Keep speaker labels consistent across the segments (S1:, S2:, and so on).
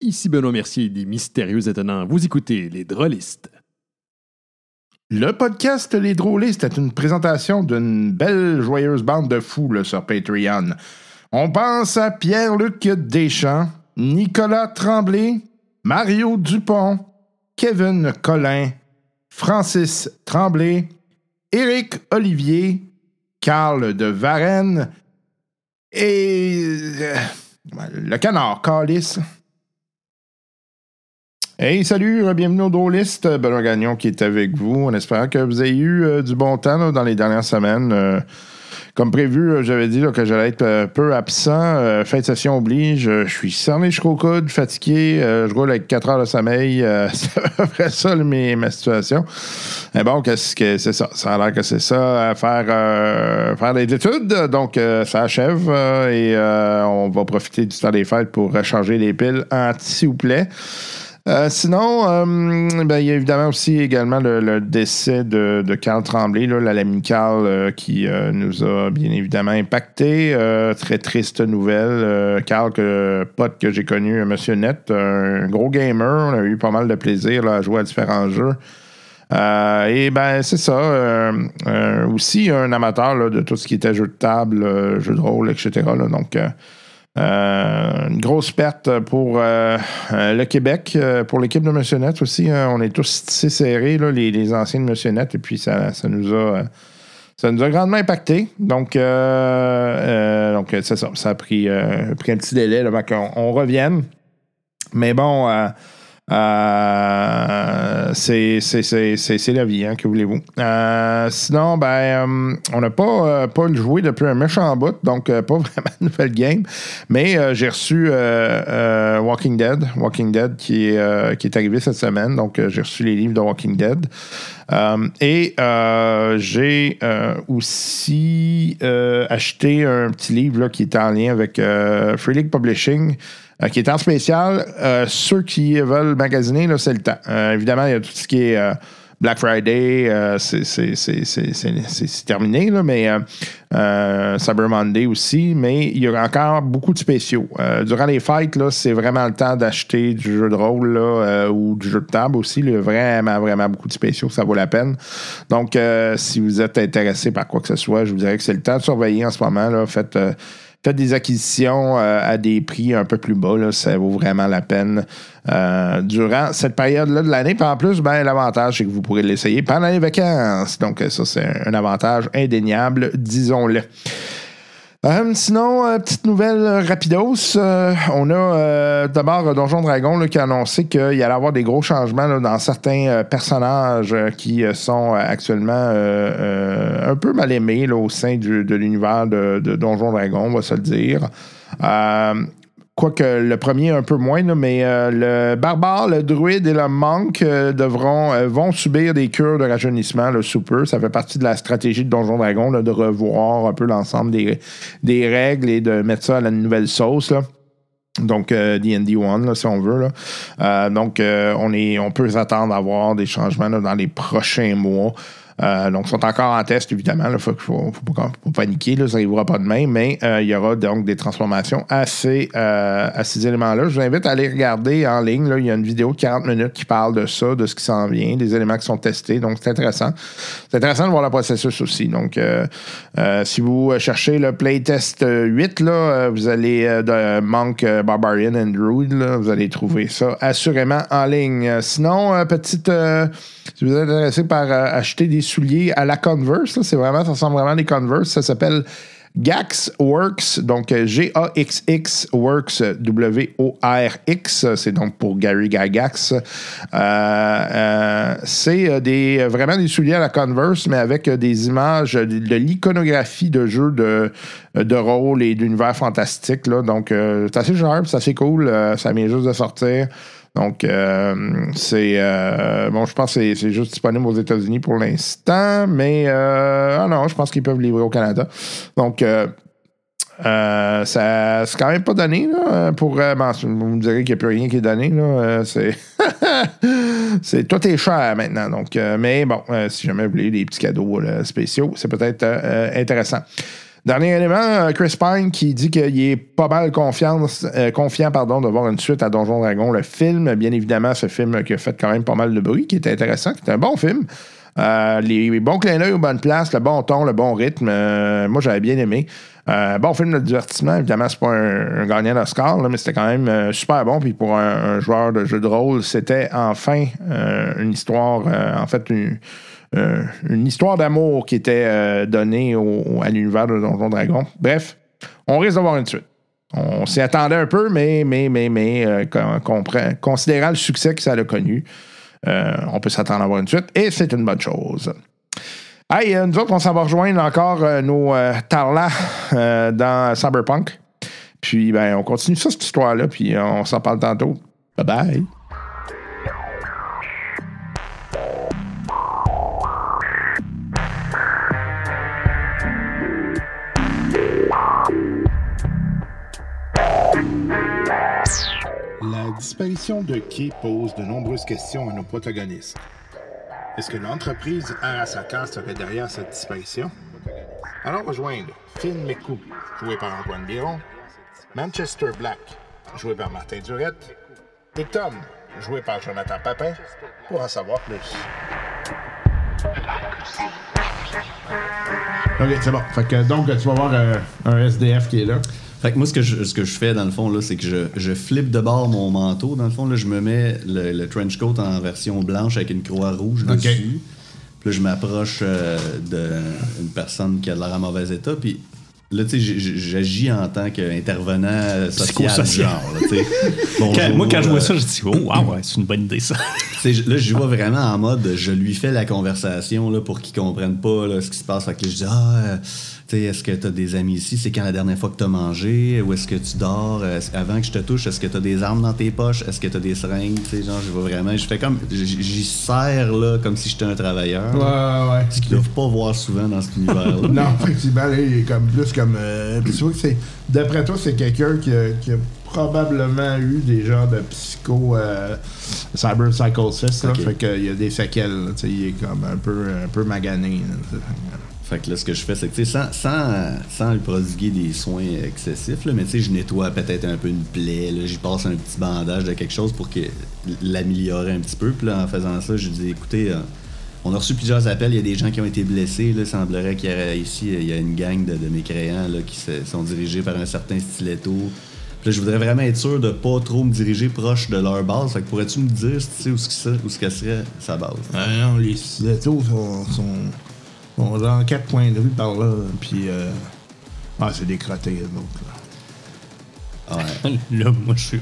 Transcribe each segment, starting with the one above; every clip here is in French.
S1: Ici Benoît Mercier des Mystérieux Étonnants. Vous écoutez Les Drôlistes.
S2: Le podcast Les Drôlistes est une présentation d'une belle, joyeuse bande de fous là, sur Patreon. On pense à Pierre-Luc Deschamps, Nicolas Tremblay, Mario Dupont, Kevin Collin, Francis Tremblay, Éric Olivier, Carl de Varennes et. euh, le canard, Calis. Hey, salut, euh, bienvenue au Drôliste. Benoît Gagnon qui est avec vous. En espérant que vous ayez eu euh, du bon temps là, dans les dernières semaines. Euh, comme prévu, euh, j'avais dit là, que j'allais être euh, peu absent. Euh, fin de session oblige. Euh, je suis cerné jusqu'au coude, fatigué. Euh, je roule avec 4 heures de sommeil. Euh, c'est à peu près ça là, mes- ma situation. Mais bon, qu'est-ce que c'est ça? Ça a l'air que c'est ça à faire, euh, faire des études. Donc, euh, ça achève euh, et euh, on va profiter du temps des fêtes pour euh, changer les piles en s'il vous plaît. Euh, sinon, euh, ben, il y a évidemment aussi également le, le décès de, de Carl Tremblay, là, la lamine Carl, euh, qui euh, nous a bien évidemment impacté. Euh, très triste nouvelle. Euh, Carl, que, pote que j'ai connu, euh, Monsieur Net, un gros gamer. On a eu pas mal de plaisir là, à jouer à différents jeux. Euh, et ben c'est ça. euh, euh, aussi un amateur là, de tout ce qui était jeu de table, euh, jeu de rôle, etc. là. donc euh, euh, une grosse perte pour euh, euh, le Québec, euh, pour l'équipe de Monsieur Net aussi. hein. on est tous tissés serrés, là, les, les anciens de Monsieur Net, et puis ça, ça nous a. euh, ça nous a grandement impacté. Donc, euh, euh, donc c'est ça. Ça a pris, euh, pris un petit délai là, avant qu'on on revienne. Mais bon, euh, euh, c'est c'est- c'est- c'est- c'est la vie, hein, que voulez-vous. Euh, sinon, ben, euh, on n'a pas, euh, pas joué depuis un méchant bout, donc euh, pas vraiment de nouvelle game. Mais euh, j'ai reçu euh, euh, Walking Dead, Walking Dead qui est, euh, qui est arrivé cette semaine, donc euh, j'ai reçu les livres de Walking Dead. Euh, et euh, j'ai euh, aussi euh, acheté un petit livre là, qui est en lien avec euh, Free League Publishing. euh, qui est en spécial. Euh, ceux qui veulent magasiner, là, c'est le temps. Euh, évidemment, il y a tout ce qui est euh, Black Friday, euh, c'est- c'est c'est- c'est- c'est- c'est- c'est terminé, là, mais euh, euh, Cyber Monday aussi, mais il y a encore beaucoup de spéciaux. Euh, durant les fêtes, là, c'est vraiment le temps d'acheter du jeu de rôle là, euh, ou du jeu de table aussi. là. vraiment, vraiment beaucoup de spéciaux, ça vaut la peine. Donc, euh, si vous êtes intéressé par quoi que ce soit, je vous dirais que c'est le temps de surveiller en ce moment. Là. Faites, euh, faites des acquisitions euh, à des prix un peu plus bas. là. ça vaut vraiment la peine euh, durant cette période-là de l'année. Puis en plus, ben, l'avantage, c'est que vous pourrez l'essayer pendant les vacances. Donc, euh, ça, c'est un- un avantage indéniable, disons-le. Euh, sinon, euh, petite nouvelle euh, rapidos. Euh, on a euh, d'abord euh, Donjon Dragon là, qui a annoncé qu'il allait avoir des gros changements là, dans certains euh, personnages euh, qui euh, sont euh, actuellement euh, euh, un peu mal aimés là, au sein du- de l'univers de, de Donjon Dragon, on va se le dire. Euh, Quoique le premier un peu moins, là, mais euh, le barbare, le druide et le monk euh, devront, euh, vont subir des cures de rajeunissement le sous peu. Ça fait partie de la stratégie de Donjon Dragon là, de revoir un peu l'ensemble des, des règles et de mettre ça à la nouvelle sauce. là. Donc, euh, D&D One, là, si on veut. là. Euh, donc, euh, on, est, on peut s'attendre à voir des changements là, dans les prochains mois. Euh, donc, ils sont encore en test, évidemment. Il ne faut, faut- faut pas faut pas paniquer, là, ça n'arrivera pas demain, mais euh, il y aura donc des transformations à ces, euh, à ces éléments-là. Je vous invite à aller regarder en ligne. là. il y a une vidéo de 40 minutes qui parle de ça, de ce qui s'en vient, des éléments qui sont testés. Donc, c'est intéressant. C'est intéressant de voir le processus aussi. Donc, euh, euh, si vous euh, cherchez le playtest euh, 8, là, euh, vous allez euh, de Monk euh, Barbarian and Druid, là, vous allez trouver ça assurément en ligne. Euh, Sinon, euh, petite, euh, si vous êtes intéressé par euh, acheter des souliers à la Converse, là, c'est vraiment, ça ressemble vraiment à des Converse. Ça s'appelle Gax Works, donc euh, G-A-X-X Works, euh, W-O-R-X, euh, c'est donc pour Gary Gagax. Euh, euh, c'est euh, des, euh, vraiment des souliers à la Converse, mais avec euh, des images de, de l'iconographie de jeux de, euh, de rôle et d'univers fantastique. là. donc, euh, c'est assez sharp, c'est assez cool, euh, ça vient juste de sortir. Donc, euh, c'est. euh, bon, je pense que c'est- c'est juste disponible aux États-Unis pour l'instant, mais. euh, ah non, je pense qu'ils peuvent livrer au Canada. Donc, euh, euh, ça, c'est quand même pas donné, là, pour. euh, bon, vous me direz qu'il n'y a plus rien qui est donné, là. euh, c'est. c'est. Tout est cher maintenant. Donc, euh, mais bon, euh, si jamais vous voulez des petits cadeaux là, spéciaux, c'est peut-être euh, intéressant. Dernier élément, euh, Chris Pine qui dit qu'il est pas mal confiance, euh, confiant pardon, de voir une suite à Donjon Dragon, le film. Bien évidemment, ce film qui a fait quand même pas mal de bruit, qui était intéressant, qui était un bon film. Euh, les, les bons clins d'œil aux bonnes places, le bon ton, le bon rythme. euh, moi, j'avais bien aimé. Euh, bon film de divertissement, évidemment, c'est pas un, un gagnant d'Oscar, là, mais c'était quand même euh, super bon. Puis pour un, un joueur de jeu de rôle, c'était enfin euh, une histoire, euh, en fait, une, euh, une histoire d'amour qui était euh, donnée au- à l'univers de Donjon Dragon. Bref, on risque d'avoir une suite. On s'y attendait un peu, mais, mais, mais, mais euh, con- comprend- considérant le succès que ça a connu, euh, on peut s'attendre à avoir une suite et c'est une bonne chose. Hey, euh, nous autres, on s'en va rejoindre encore euh, nos euh, tarlas euh, dans Cyberpunk. Puis, ben, on continue ça, cette histoire-là, puis euh, on s'en parle tantôt. Bye bye.
S3: La disparition de Key pose de nombreuses questions à nos protagonistes. Est-ce que l'entreprise Arasaka serait derrière cette disparition? Allons rejoindre Finn McCoo, joué par Antoine Biron, Manchester Black, joué par Martin Durette, et Tom, joué par Jonathan Papin, pour en savoir plus. Ok, c'est bon. Fait que, donc, tu vas voir un SDF qui est là.
S4: Fait que moi, ce que je, ce que je fais, dans le fond, là, c'est que je, je flippe de bord mon manteau. Dans le fond, là, je me mets le, le trench coat en version blanche avec une croix rouge
S3: Ok.
S4: dessus. Puis là, je m'approche euh, d'une personne qui a l'air en mauvais état. Puis là, tu sais, j- j- j'agis en tant qu'intervenant euh, social.
S5: Psychosocial.
S4: Genre, là, tu sais.
S5: Quand-
S4: Bonjour,
S5: moi, quand je vois
S4: euh,
S5: ça, je dis, oh, wow, ouais, c'est une bonne idée, ça.
S4: tu sais, là, je vois vraiment en mode, je lui fais la conversation là, pour qu'il comprenne pas là, ce qui se passe. Fait que là, je dis, ah, euh, tu sais, est-ce que t'as des amis ici? C'est quand la dernière fois que t'as mangé? Où est-ce que tu dors? Euh, Est-ce- avant que je te touche, est-ce que t'as des armes dans tes poches? Est-ce que t'as des seringues? Tu sais, genre, je vois vraiment, je fais comme, j- j'y serre là, comme si j'étais un travailleur.
S3: Ouais, ouais.
S4: Ce qu'ils doivent pas voir souvent dans cet univers-là.
S3: Non, effectivement, là, il est comme plus comme. euh, puis tu vois que c'est. D'après toi, c'est quelqu'un qui, a- qui a probablement eu des genres de psycho. euh, cyber psychosis, là.
S4: Ok.
S3: Fait qu'il y a des séquelles, là, tu sais, il est comme un peu, un peu magané. là, tu sais.
S4: Fait que là, ce que je fais, c'est que, tu sais, sans, sans, sans lui prodiguer des soins excessifs, là, mais tu sais, je nettoie peut-être un peu une plaie, là, j'y passe un petit bandage de quelque chose pour que l'améliorer un petit peu. Puis là, en faisant ça, je lui dis, écoutez, euh, on a reçu plusieurs appels, il y a des gens qui ont été blessés, là, il semblerait qu'il y aurait ici, euh, il y a une gang de, de mécréants, là, qui se- sont dirigés par un certain stiletto. Puis là, je voudrais vraiment être sûr de pas trop me diriger proche de leur base. Fait que pourrais-tu me dire, tu sais, où ce que ça- où ce que serait sa base?
S3: Ah non, les stilettos sont, sont, sont dans quatre coins de rue par là. Puis. euh, ah, c'est des crottés, les autres, là.
S5: Là, moi, je suis.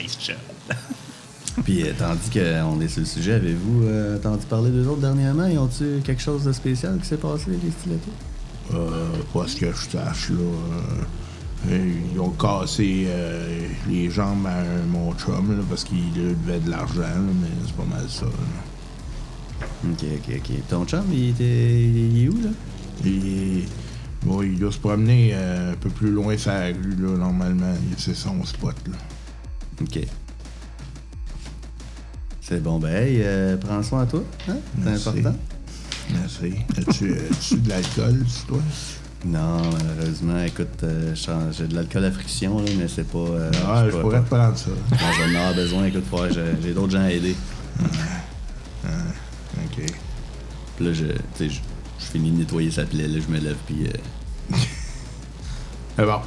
S5: Nice job.
S4: Puis euh, tandis qu'on est sur le sujet, avez-vous euh, entendu parler d'eux autres dernièrement? Ils ont-tu quelque chose de spécial qui s'est passé, les stilettos?
S3: Euh, parce que je sache, là. euh, ils ont cassé euh, les jambes à un- mon chum, là, parce qu'il lui devait de l'argent, là, mais c'est pas mal ça. là.
S4: Ok, ok, ok. Ton chum, il était. Il est où, là?
S3: Et. Bon, il doit se promener euh, un peu plus loin sur la rue, là, normalement. Il- C'est son spot, là.
S4: Ok. C'est bon, ben, hey, euh, prends soin à toi, hein? C'est
S3: Merci.
S4: important?
S3: Merci. As-tu euh, as-tu de l'alcool, sur toi?
S4: Non, malheureusement, écoute, euh, je- j'ai de l'alcool à friction, là, mais c'est pas. euh,
S3: Ah, je pourrais te
S4: pas.
S3: prendre ça.
S4: Non, J'en ai avoir besoin, écoute, faut- j'ai j'ai d'autres gens à aider.
S3: OK.
S4: Puis là, je, tu sais, je, je finis de nettoyer sa plaie, là, je me lève, puis. euh,
S3: Mais bon.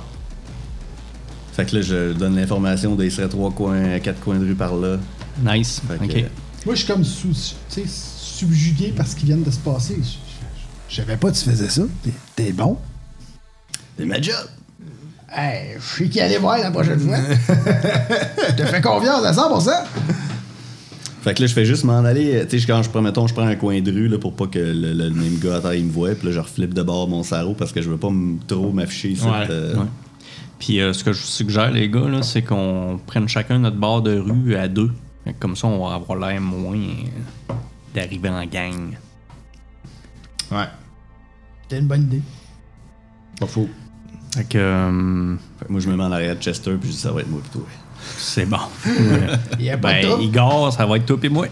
S4: Fait que là, je donne l'information d'il serait trois coins, quatre coins de rue par là.
S5: Nice.
S4: Fait que,
S5: ok.
S4: euh,
S6: Moi, je suis comme sous, tu sais, subjugué par ce qui vient de se passer. Je- je- Je savais pas que tu faisais ça. T'es- T'es bon.
S4: C'est ma job!
S6: Hey, je suis qui allait voir la prochaine fois. je te fais confiance à 100%.
S4: Fait que là, je fais juste m'en aller. euh, Tu sais, quand je prends, mettons, je prends un coin de rue là, pour pas que le, le même gars à terre, il me voie. Puis là, je reflippe de bord mon sarreau parce que je veux pas m- trop m'afficher. cette,
S5: Ouais,
S4: euh,
S5: ouais. Puis euh, ce que je vous suggère, les gars, là, c'est qu'on prenne chacun notre barre de rue à deux. Fait que Comme ça, on va avoir l'air moins euh, d'arriver en gang.
S3: Ouais.
S6: T'as une bonne idée.
S3: Pas fou.
S5: Fait que euh,
S4: fait que moi, je me mets en arrière de Chester, puis je dis, ça va être moi plutôt.
S5: c'est bon.
S6: Il y a pas de
S5: ben,
S6: trouble.
S5: Igor, ça va être toi et moi.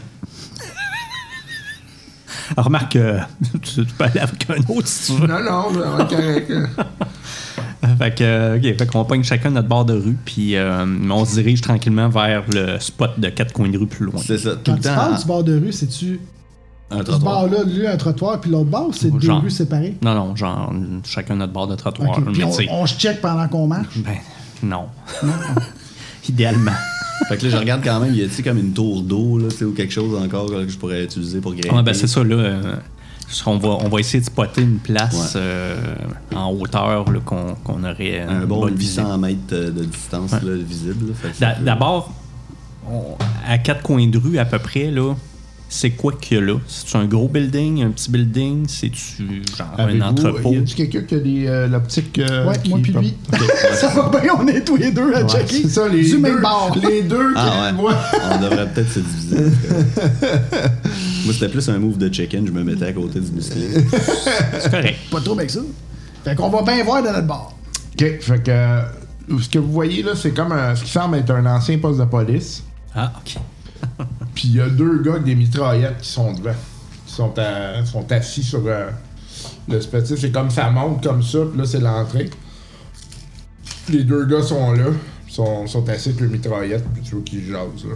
S5: Alors, remarque, euh, tu, tu peux aller avec un autre si tu veux.
S3: Non, non, c'est correct.
S5: Fait que, euh, ok, fait qu'on pogne chacun notre bord de rue, puis euh, mais on se dirige tranquillement vers le spot de quatre coins de rue plus loin.
S4: C'est ça, tout
S7: Quand
S4: le
S7: tu parles du
S4: temps.
S7: bord de rue, c'est-tu
S4: Un
S7: ce
S4: trottoir.
S7: bord-là, lui, un trottoir, puis l'autre bord, c'est deux
S5: Genre.
S7: rues séparées?
S5: Non, non, genre, chacun notre bord de trottoir.
S7: Ok,
S5: mais
S7: Puis
S5: tu sais,
S7: on, on se check pendant qu'on marche.
S5: Ben, non. Idéalement.
S4: Fait que là, je regarde quand même, il y a tu sais, comme une tour d'eau, là, tu sais, ou quelque chose encore là, que je pourrais utiliser pour grimper.
S5: Ouais, ben, c'est ça, là. euh, on, va, on va essayer de spotter une place euh, en hauteur là, qu'on, qu'on aurait une
S4: Un Euh, bon
S5: bonne visée.
S4: 800 mètres euh, de distance là, visible. là. Fait que
S5: D'a-
S4: ça peut-
S5: D'abord, on- à quatre coins de rue à peu près, là, c'est quoi qu'il y a là? C'est un gros building, un petit building? C'est-tu genre un entrepôt?
S3: Y a-tu quelqu'un qui a des, euh, l'optique. euh,
S7: ouais,
S3: qui-
S7: moi puis lui. ça va bien, on est tous les deux à checker.
S3: C'est ça, les
S7: du
S3: deux.
S7: même bord.
S3: Les deux.
S4: Ah
S3: qui-
S4: ouais. On devrait peut-être se diviser. parce que- Moi, c'était plus un move de chicken, je me mettais à côté du musclé.
S5: C'est correct.
S7: Pas trop avec ça. Fait qu'on va bien voir de notre bord.
S3: OK, fait que euh, ce que vous voyez là, c'est comme un- ce qui semble être un ancien poste de police.
S5: Ah, ok.
S3: Puis il y a deux gars avec des mitraillettes qui sont devant. Qui sont, à- sont assis sur euh, le spécifique. C'est comme ça monte comme ça, puis là c'est l'entrée. Les deux gars sont là, sont, sont assis avec le mitraillette, puis tu vois qu'ils jasent là.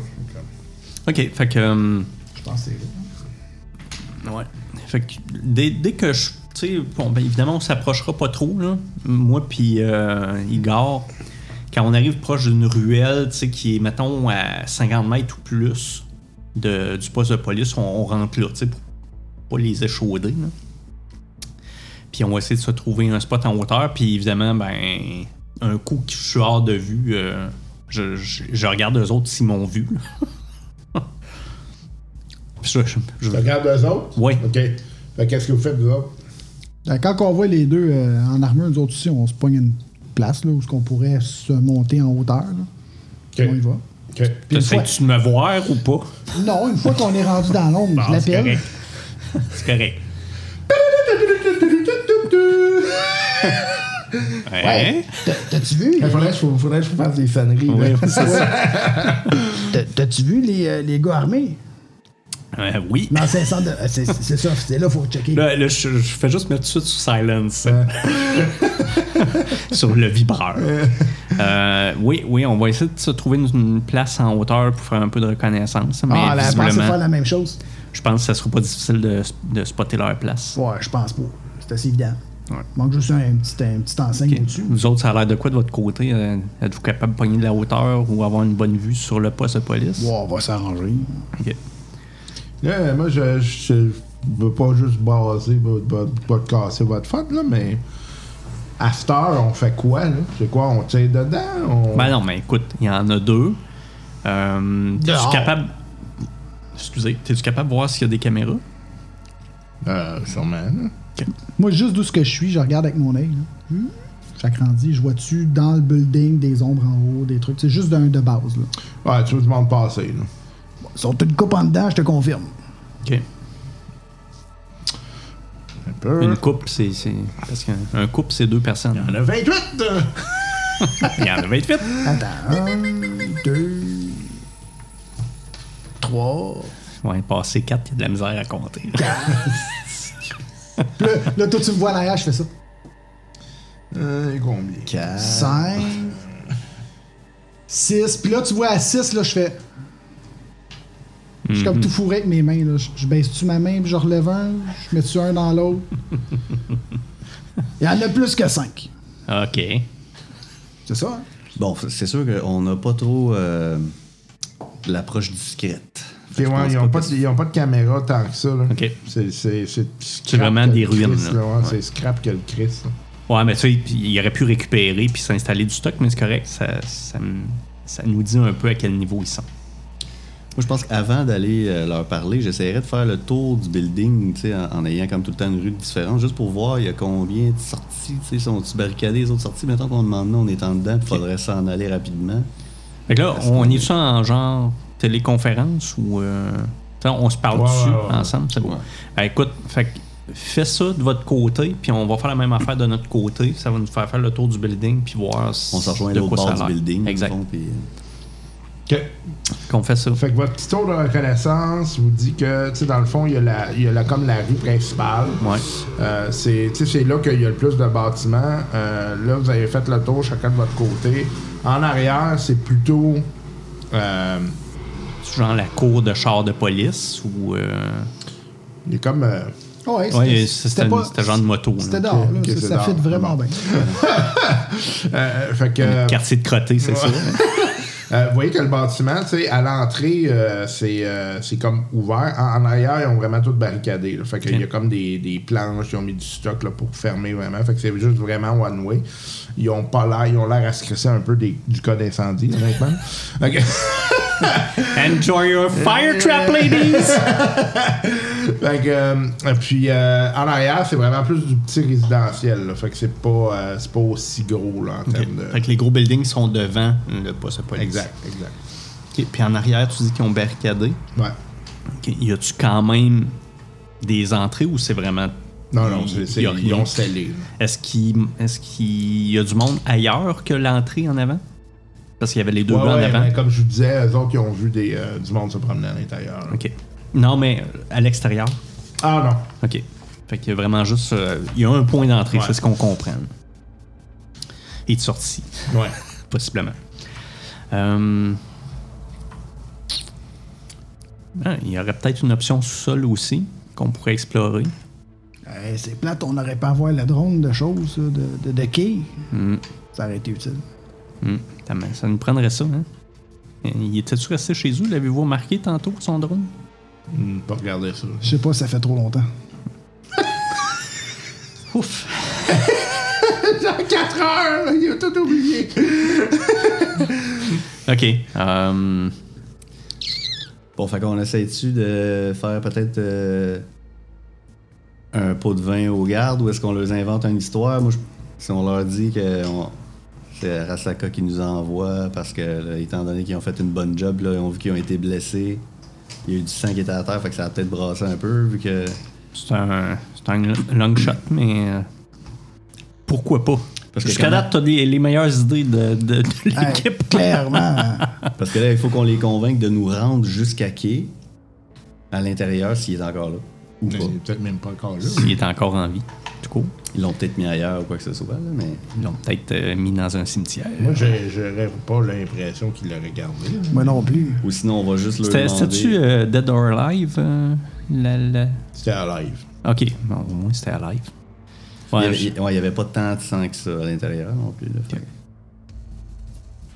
S5: Ok, fait que. euh,
S7: Je pense que c'est vrai.
S5: Ouais. Fait que dès, dès que je. Tu sais, bon, ben, évidemment, on s'approchera pas trop, là. Moi, puis euh, Igor, quand on arrive proche d'une ruelle, tu sais, qui est, mettons, à 50 mètres ou plus de, du poste de police, on, on rentre là, tu sais, pour pas les échauder, là. Puis on va essayer de se trouver un spot en hauteur, puis évidemment, ben, un coup que je suis hors de vue, euh, je, je- je regarde eux autres s'ils m'ont vu, là. Puis je- je- je-
S3: Tu regardes eux autres?
S5: Ouais.
S3: OK. Fait qu'est-ce que vous faites, vous autres?
S7: Euh, Quand on voit les deux euh, en armure, nous autres aussi, on se pogne une place là, où ce qu'on pourrait se monter en hauteur. là.
S3: OK.
S7: On y va.
S3: OK.
S7: Puis une fois-
S5: T'essayes-tu de me voir ou pas?
S7: Non, une fois qu'on est rendu dans l'ombre, je
S5: c'est
S7: l'appelle.
S5: correct. C'est correct. Hein?
S7: T'as- T'as-tu vu? les-
S3: faudrait, que je vous fasse des sonneries.
S5: Oui, c'est ça.
S7: t'as- T'as-tu vu les, euh, les gars armés?
S5: Euh, oui.
S7: Non, c'est ça, euh, c'est c'est ça, c'est là, faut checker.
S5: Là, là, je, je fais juste mettre tout de suite sur silence. sur le vibreur. Euh, oui, oui, on va essayer de se trouver une, une place en hauteur pour faire un peu de reconnaissance. Mais
S7: ah, la pensée
S5: visiblement,
S7: faire la même chose?
S5: je pense que ça sera pas difficile de, de spotter leur place.
S7: Ouais, je pense pas. C'est assez évident.
S5: Ouais.
S7: Manque juste un petit, un petit enseigne
S5: Ok.
S7: au-dessus.
S5: Vous autres, ça a l'air de quoi de votre côté? Euh, Êtes-vous capable de pogner de la hauteur ou avoir une bonne vue sur le poste de police?
S7: Ouais, on va s'arranger.
S5: Ok.
S3: Là, moi, je, je, je veux pas juste brasser, votre- votre- pas te casser votre fête, là, mais à cette heure, on fait quoi, là? C'est quoi, on tire dedans? On...
S5: Ben non, mais écoute, il y en a deux. Euh,
S7: Dehors.
S5: T'es-tu capable. Excusez, t'es-tu capable de voir s'il y a des caméras?
S3: Euh, sûrement. là.
S7: Moi, juste d'où ce que je suis, je regarde avec mon œil. là. Hum, J'agrandis, je vois-tu dans le building des ombres en haut, des trucs. C'est juste d'un de base. Là.
S3: Ouais, tu vois du monde passer, là.
S7: Ils sont une coupe en dedans, je te confirme.
S5: Ok.
S3: Un peu.
S5: Une couple, c'est. c'est- Parce qu'un un couple, c'est deux personnes.
S3: On a 28! euh.
S5: Il y en a 28.
S7: Attends, un, deux, trois.
S5: Ouais, passer quatre, il y a de la misère à compter.
S7: Puis Là, là, toi, tu me vois à l'arrière, je fais ça.
S3: Euh, combien?
S7: Cinq, six. Puis là, tu vois à six, là, je fais. Je suis comme tout fourré avec mes mains. Là. Je, je baisse-tu ma main, puis je relève un, je mets-tu un dans l'autre. Il y en a plus que cinq.
S5: ok.
S7: C'est ça, hein?
S4: Bon, f- c'est sûr qu'on n'a pas trop euh, l'approche discrète.
S3: Ok, ouais, ils, ont pas de, ils ont pas de caméra tant que ça, là.
S5: Ok.
S3: C'est- C'est c'est
S5: C'est
S3: scrap
S5: vraiment
S3: que le
S5: des ruines,
S3: Christ,
S5: là.
S3: ouais,
S5: Ouais.
S3: C'est scrap que le Christ, là.
S5: Ouais, mais tu sais, il il aurait pu récupérer puis s'installer du stock, mais c'est correct. Ça, ça, m- ça nous dit un peu à quel niveau ils sont.
S4: Moi, je pense qu'avant d'aller euh, leur parler, j'essaierais de faire le tour du building, tu sais, en, en ayant comme tout le temps une rue différente, juste pour voir il y a combien de sorties, tu sais, sont-ils barricadés les autres sorties. Mettons qu'on demande, non, on est en dedans, il faudrait s'en aller rapidement.
S5: Fait que là, on est-tu en genre téléconférence ou. euh, t'sais, on se parle
S3: Ouais,
S5: dessus
S3: ouais, ouais.
S5: ensemble, c'est bon. Ben, écoute, fait que fais ça de votre côté, puis on va faire la même affaire de notre côté. Ça va nous faire faire le tour du building, puis voir si-
S4: On se rejoint à
S5: de
S4: l'autre
S5: quoi
S4: bord
S5: ça a
S4: du
S5: l'air.
S4: building. dans le
S5: Exact.
S4: fond, puis, euh,
S3: OK.
S5: qu'on fait ça.
S3: Fait que votre petit tour de reconnaissance vous dit que, tu sais, dans le fond, il y a, la, il y a la- comme la rue principale.
S5: Ouais.
S3: Euh, c'est tu sais, c'est là qu'il y a le plus de bâtiments. Euh, là, vous avez fait le tour chacun de votre côté. En arrière, c'est plutôt. euh,
S5: C'est genre la cour de char de police ou. euh,
S3: il est comme. euh,
S7: Ah Ouais,
S5: Ouais, c'était
S7: pas-
S5: un c'était genre de moto. là.
S7: C'était d'or, là.
S3: Ok,
S7: Ça-
S3: c'est
S7: ça
S3: d'or.
S7: fit vraiment
S3: Bon.
S7: bien.
S3: euh, fait que.
S5: Quartier de crotté, c'est ça.
S3: Euh, vous voyez que le bâtiment, tu sais, à l'entrée, euh, c'est euh, c'est comme ouvert. En, en arrière, ils ont vraiment tout barricadé. Là. Fait qu'il y a comme des, des planches, ils ont mis du stock là, pour fermer vraiment. Fait que c'est juste vraiment one way. Ils ont pas l'air, ils ont l'air à se crisser un peu des- du cas d'incendie, honnêtement. Ok.
S5: Enjoy your fire trap, ladies!
S3: Fait que, euh, et puis euh, en arrière, c'est vraiment plus du petit résidentiel. là. Fait que c'est pas, euh, c'est pas aussi gros là, en termes de.
S5: Fait que les gros buildings sont devant le poste de police.
S3: Exact, exact.
S5: Ok, Puis en arrière, tu dis qu'ils ont barricadé.
S3: Ouais.
S5: Ok, Y a-tu quand même des entrées ou c'est vraiment.
S3: Non, non,
S5: il-
S3: c'est- c'est-
S5: il y a
S3: ils
S5: rien?
S3: ont scellé. là.
S5: Est-ce qu'il est qu'il y a du monde ailleurs que l'entrée en avant? Parce qu'il y avait les deux
S3: Ouais,
S5: gars en
S3: ouais,
S5: avant.
S3: mais comme je vous disais, eux autres, ils ont vu des, euh, du monde se promener à l'intérieur. là.
S5: Ok. Non, mais euh, à l'extérieur.
S3: Ah non.
S5: OK. Fait qu'il y a vraiment juste. euh, il y a un point d'entrée,
S3: Ouais.
S5: c'est ce qu'on comprend. Et de sortie,
S3: Ouais.
S5: possiblement. Euh, ah, il y aurait peut-être une option sous-sol aussi qu'on pourrait explorer.
S7: Hey, c'est plate, on n'aurait pas à voir le drone de choses, ça, de, de, de quai. Ça aurait été utile.
S5: Hmm, ça me- Ça nous prendrait ça, hein? Il était-tu resté chez eux? L'avez-vous remarqué tantôt, son drone?
S3: Hmm, Pas regarder ça.
S7: Je sais pas, ça fait trop longtemps.
S5: Ouf!
S3: 4 heures, là, il a tout oublié.
S5: OK. euh,
S4: Bon, fait qu'on essaie-tu de faire peut-être euh, un pot de vin aux gardes ou est-ce qu'on leur invente une histoire? Moi, je- si on leur dit que on- c'est Rasaka qui nous envoie parce que, là, étant donné qu'ils ont fait une bonne job, là, ils ont vu qu'ils ont été blessés, il y a eu du sang qui était à terre, fait que ça a peut-être brassé un peu, vu que.
S5: C'est un, c'est un long shot, mais euh, pourquoi pas?
S4: Parce que
S5: Jusqu'à
S4: comment-
S5: date, t'as les, les meilleures idées de, de- de
S7: Hey,
S5: l'équipe.
S7: clairement.
S4: Parce que là, il faut qu'on les convainque de nous rendre jusqu'à quai, à l'intérieur, s'il est encore là. Ou
S3: Mais
S4: pas.
S3: il est peut-être même pas encore là.
S5: Il est encore en vie, tout court.
S4: Ils l'ont peut-être mis ailleurs ou quoi que ce soit, là, mais.
S5: Ils l'ont peut-être euh, mis dans un cimetière.
S3: Moi, j'ai- j'aurais pas l'impression qu'il l'aurait gardé.
S7: Moi non plus.
S4: Ou sinon, on va juste leur
S5: C'était-
S4: demander.
S5: C'était-tu euh, Dead or Alive? euh, la- la-
S3: C'était à live.
S5: Ok, bon, au moins c'était
S4: Il
S5: Alive.
S4: y
S5: Ouais,
S4: avait-
S5: je-
S4: il- ouais, il y avait pas tant de sang que ça à l'intérieur non plus. là. Fait que-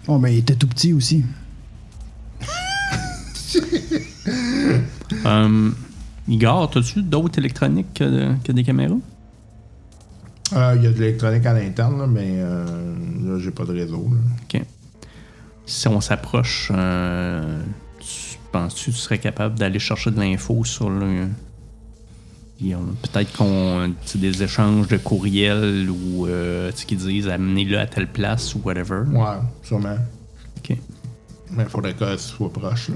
S7: Oh, mais il était tout petit aussi.
S5: euh, Igor, t'as-tu d'autres électroniques que, de- que des caméras?
S3: Euh, Il y a de l'électronique à l'interne, là, mais euh, là, j'ai pas de réseau. là.
S5: Ok. Si on s'approche, euh, tu- penses-tu que tu serais capable d'aller chercher de l'info sur le. Ils ont- Peut-être qu'on. tu sais, des échanges de courriels ou. euh, tu sais, qui disent amenez-le à telle place ou whatever.
S3: Ouais, sûrement.
S5: Ok.
S3: Mais il faudrait que ce soit proche. Là.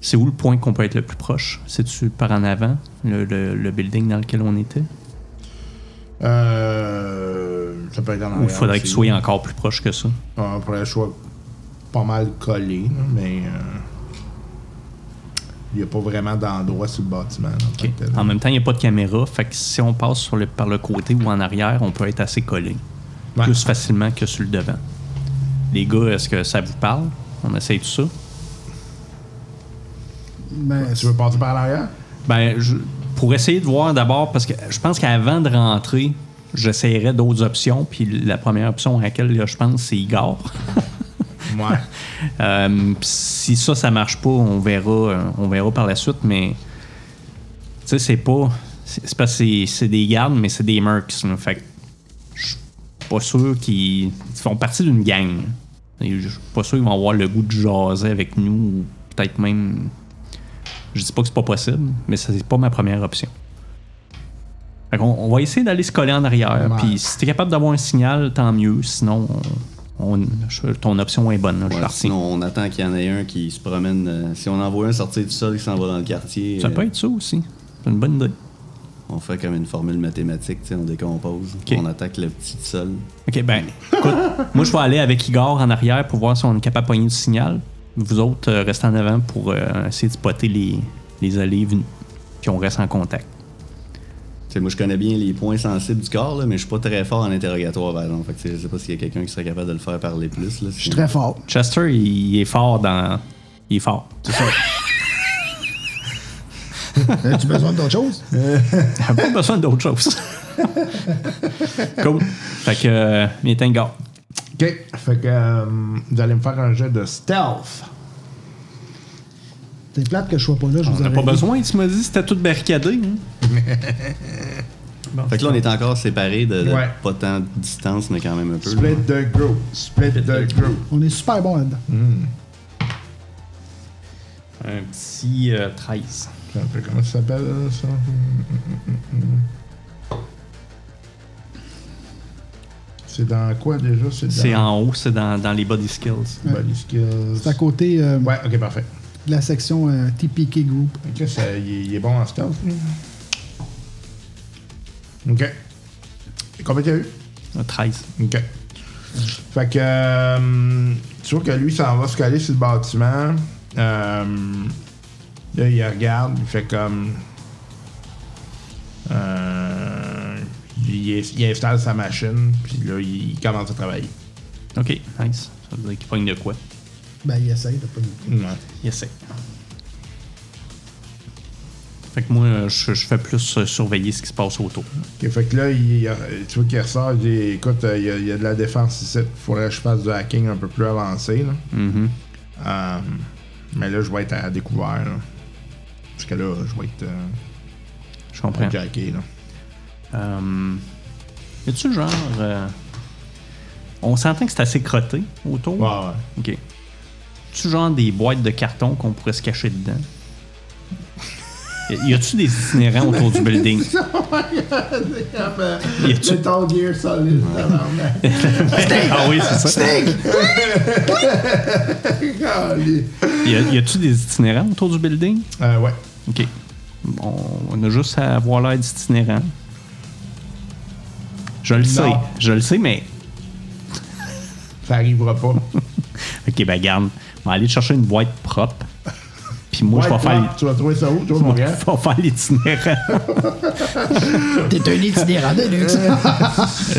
S5: C'est où le point qu'on peut être le plus proche C'est-tu par en avant, le, le- le building dans lequel on était
S3: Euh, ça peut être en
S5: Ou il faudrait que
S3: qu'il
S5: tu sois encore plus proche que ça
S3: Il faudrait que je sois pas mal collé, là, mais. euh, il n'y a pas vraiment d'endroit sur le bâtiment. là, en tant
S5: Ok.
S3: que euh, tel.
S5: En même temps, il n'y a pas de caméra, fait que si on passe sur le, par le côté ou en arrière, on peut être assez collé.
S3: Ouais.
S5: Plus facilement que sur le devant. Les gars, est-ce que ça vous parle? On essaye tout ça?
S7: Ben,
S3: Tu veux passer par l'arrière?
S5: Ben, je- pour essayer de voir d'abord, parce que je pense qu'avant de rentrer, j'essayerais d'autres options. Puis la première option à laquelle je pense, c'est Igor.
S3: Ouais.
S5: Euh, pis si ça, ça marche pas, on verra, euh, on verra par la suite, mais tu sais, c'est pas. C'est c'est parce que c'est- c'est des gardes, mais c'est des mercs. là. fait que je suis pas sûr qu'ils ils font partie d'une gang. Et Je suis pas sûr qu'ils vont avoir le goût de jaser avec nous, ou peut-être même. Je dis pas que c'est pas possible, mais ça, c'est pas ma première option. Fait qu'on- on, va essayer d'aller se coller en arrière.
S3: Ouais.
S5: Puis si t'es capable d'avoir un signal, tant mieux. Sinon, on- on- je- ton option est bonne. là. je suis
S4: Ouais,
S5: parti.
S4: sinon, on attend qu'il y en ait un qui se promène. euh, si on envoie un sortir du sol qui s'en va dans le quartier.
S5: Ça
S4: euh,
S5: peut être ça aussi. C'est une bonne idée.
S4: on fait comme une formule mathématique, tu sais, on décompose,
S5: Ok.
S4: on attaque le petit sol.
S5: Ok, ben, écoute, moi je vais aller avec Igor en arrière pour voir si on est capable de pogner du signal. Vous autres, euh, restez en avant pour euh, essayer de spotter les, les allées et venues. Puis on reste en contact.
S4: Tu sais, moi, je connais bien les points sensibles du corps, là, mais je suis pas très fort en interrogatoire, par exemple. Fait que, tu sais, je sais pas s'il y a quelqu'un qui serait capable de le faire parler plus. Là,
S7: Je suis très fort.
S5: Chester, il, est fort dans. Il est fort.
S7: As-tu besoin d'autre chose?
S5: T'as pas besoin d'autre chose. cool. Fait que, euh, il est un gars.
S2: OK. Fait que euh, vous allez me faire un jet de stealth.
S7: T'es plate que je sois pas là, je vous
S5: On n'a
S7: aurais
S5: pas
S7: dit.
S5: besoin, tu m'as dit, c'était tout barricadé. hein.
S4: Fait que là, on est encore séparés de, de
S2: Ouais.
S4: pas tant de distance, mais quand même un peu.
S2: Split the group. Split the group.
S7: On est super bon là-dedans.
S5: Un petit euh, 13.
S2: C'est un peu comment ça s'appelle, ça?
S3: Mm,
S2: C'est dans quoi déjà? C'est dans
S5: C'est en haut, c'est dans, dans les body skills.
S2: Body skills.
S7: C'est à côté euh,
S2: Ouais, ok, parfait.
S7: de la section euh, TPK Group.
S2: Ok, ça, il, est- il est bon en stealth. Ok. Combien t'as eu?
S5: Un 13.
S2: Ok. Fait que. euh, tu vois que lui s'en va se coller sur le bâtiment. Euh, là, il regarde, il fait comme. euh, il, est- il installe sa machine, puis là, il commence à travailler.
S5: Ok, nice. Ça veut dire qu'il pogne de quoi.
S7: Ben, il essaye de pas nous.
S2: Ouais.
S5: Il essaie. Fait que moi, euh, je, je fais plus euh, surveiller ce qui se passe autour.
S2: Ok, fait que là, il- il- tu vois qu'il ressort, il dit Écoute, euh, il y, a, il y a de la défense ici, faudrait que je fasse du hacking un peu plus avancé. là. Euh, mais là, je vais être à découvert. là. Parce que là, je vais être euh,
S5: Je comprends.
S2: jacké. Là.
S5: Euh, y a-tu genre. euh, on s'entend que c'est assez crotté autour.
S2: Ouais, ouais.
S5: Ok. Tu genre des boîtes de carton qu'on pourrait se cacher dedans? Y- Y a-tu des itinérants autour du building? Y a-tu-
S2: Metal Gear Solid.
S5: ah oui, c'est ça. Y a- y a-tu des itinérants autour du building?
S2: euh, ouais.
S5: Ok. Bon, on a juste à avoir l'air d'itinérant. Je le sais, je le sais, mais.
S2: Ça arrivera pas.
S5: Ok, ben garde, on va aller chercher une boîte propre. Puis moi, je
S2: Ouais,
S5: vais faire.
S2: toi, Tu vas trouver ça où, toi, mon
S5: Je
S2: gars?
S5: vais faire l'itinérant.
S7: T'es un itinérant de luxe.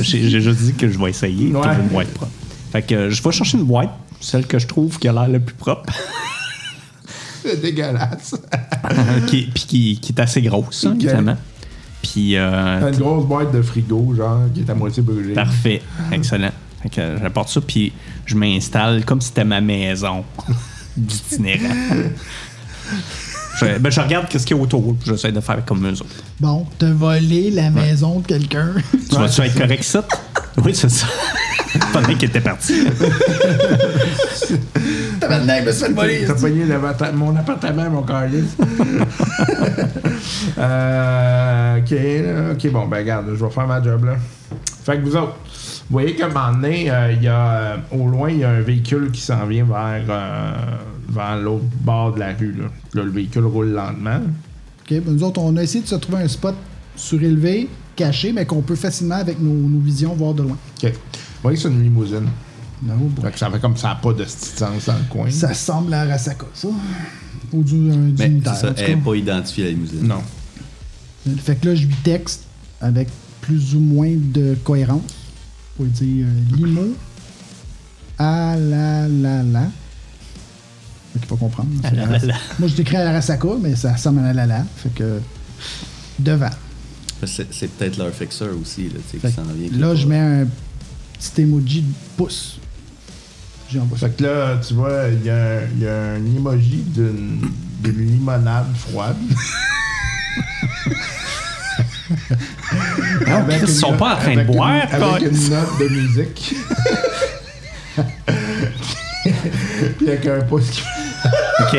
S5: J'ai j'ai juste dit que je vais essayer de
S2: Ouais.
S5: trouver une boîte propre. Fait que euh, je vais chercher une boîte, celle que je trouve qui a l'air le plus propre,
S2: C'est dégueulasse.
S5: qui, puis qui, qui est assez grosse, hein,
S2: Ok.
S5: évidemment. Puis euh,
S2: T'as une grosse boîte de frigo, genre, qui est à moitié brûlée.
S5: Parfait. Excellent. Fait que j'apporte ça, puis je m'installe comme si c'était ma maison d'itinérant. je, ben, je regarde qu'est-ce qu'il y a autour, puis j'essaie de faire comme eux autres.
S7: Bon, t'as volé la maison de quelqu'un.
S5: Tu vas-tu être correct, ça? Oui, c'est ça. Pendant qu'il était parti.
S7: T'as maintenant, il me fait voler.
S2: T'as pogné le vata- mon appartement, mon calice. euh, ok, là, ok, bon, ben regarde, je vais faire ma job là. Fait que vous autres, vous voyez qu'à un moment donné, euh, il y a, euh, au loin, il y a un véhicule qui s'en vient vers, euh, vers l'autre bord de la rue. Là. Là, le véhicule roule lentement.
S7: OK, ben nous autres, on a essayé de se trouver un spot surélevé, caché, mais qu'on peut facilement, avec nos, nos visions, voir de loin.
S2: Ok. Vous voyez que c'est une limousine.
S7: Non, bon.
S2: Fait que ça fait comme ça n'a pas de petit sens dans le coin.
S7: Ça semble à Rasaka, ça. Ou du, un
S4: Mais
S7: dignitaire,
S4: c'est ça,
S7: en tout
S4: elle n'est
S7: cas.
S4: pas identifiée à la musique.
S2: Non.
S7: Fait que là, je lui texte avec plus ou moins de cohérence. Pour lui dire euh, limo. Ah la la la. Fait qu'il faut comprendre. c'est
S5: la la la.
S7: Moi, je décris à la Rasaka, mais ça ressemble à la la la. Fait que. Devant.
S4: Parce que C'est c'est peut-être leur fixeur aussi, là, tu sais,
S7: Fait
S4: qui
S7: que
S4: s'en vient. qui
S7: là,
S4: est
S7: je
S4: pas-
S7: mets un petit emoji de pouce. J'envoie ça.
S2: Fait que là, tu vois, il y, a un- il y a un emoji d'une d'une limonade froide. Avec une
S5: Ils sont
S2: note-
S5: pas en train de
S2: avec une-
S5: boire,
S2: Avec
S5: Colin.
S2: une note de musique. Puis avec un pouce qui
S5: OK.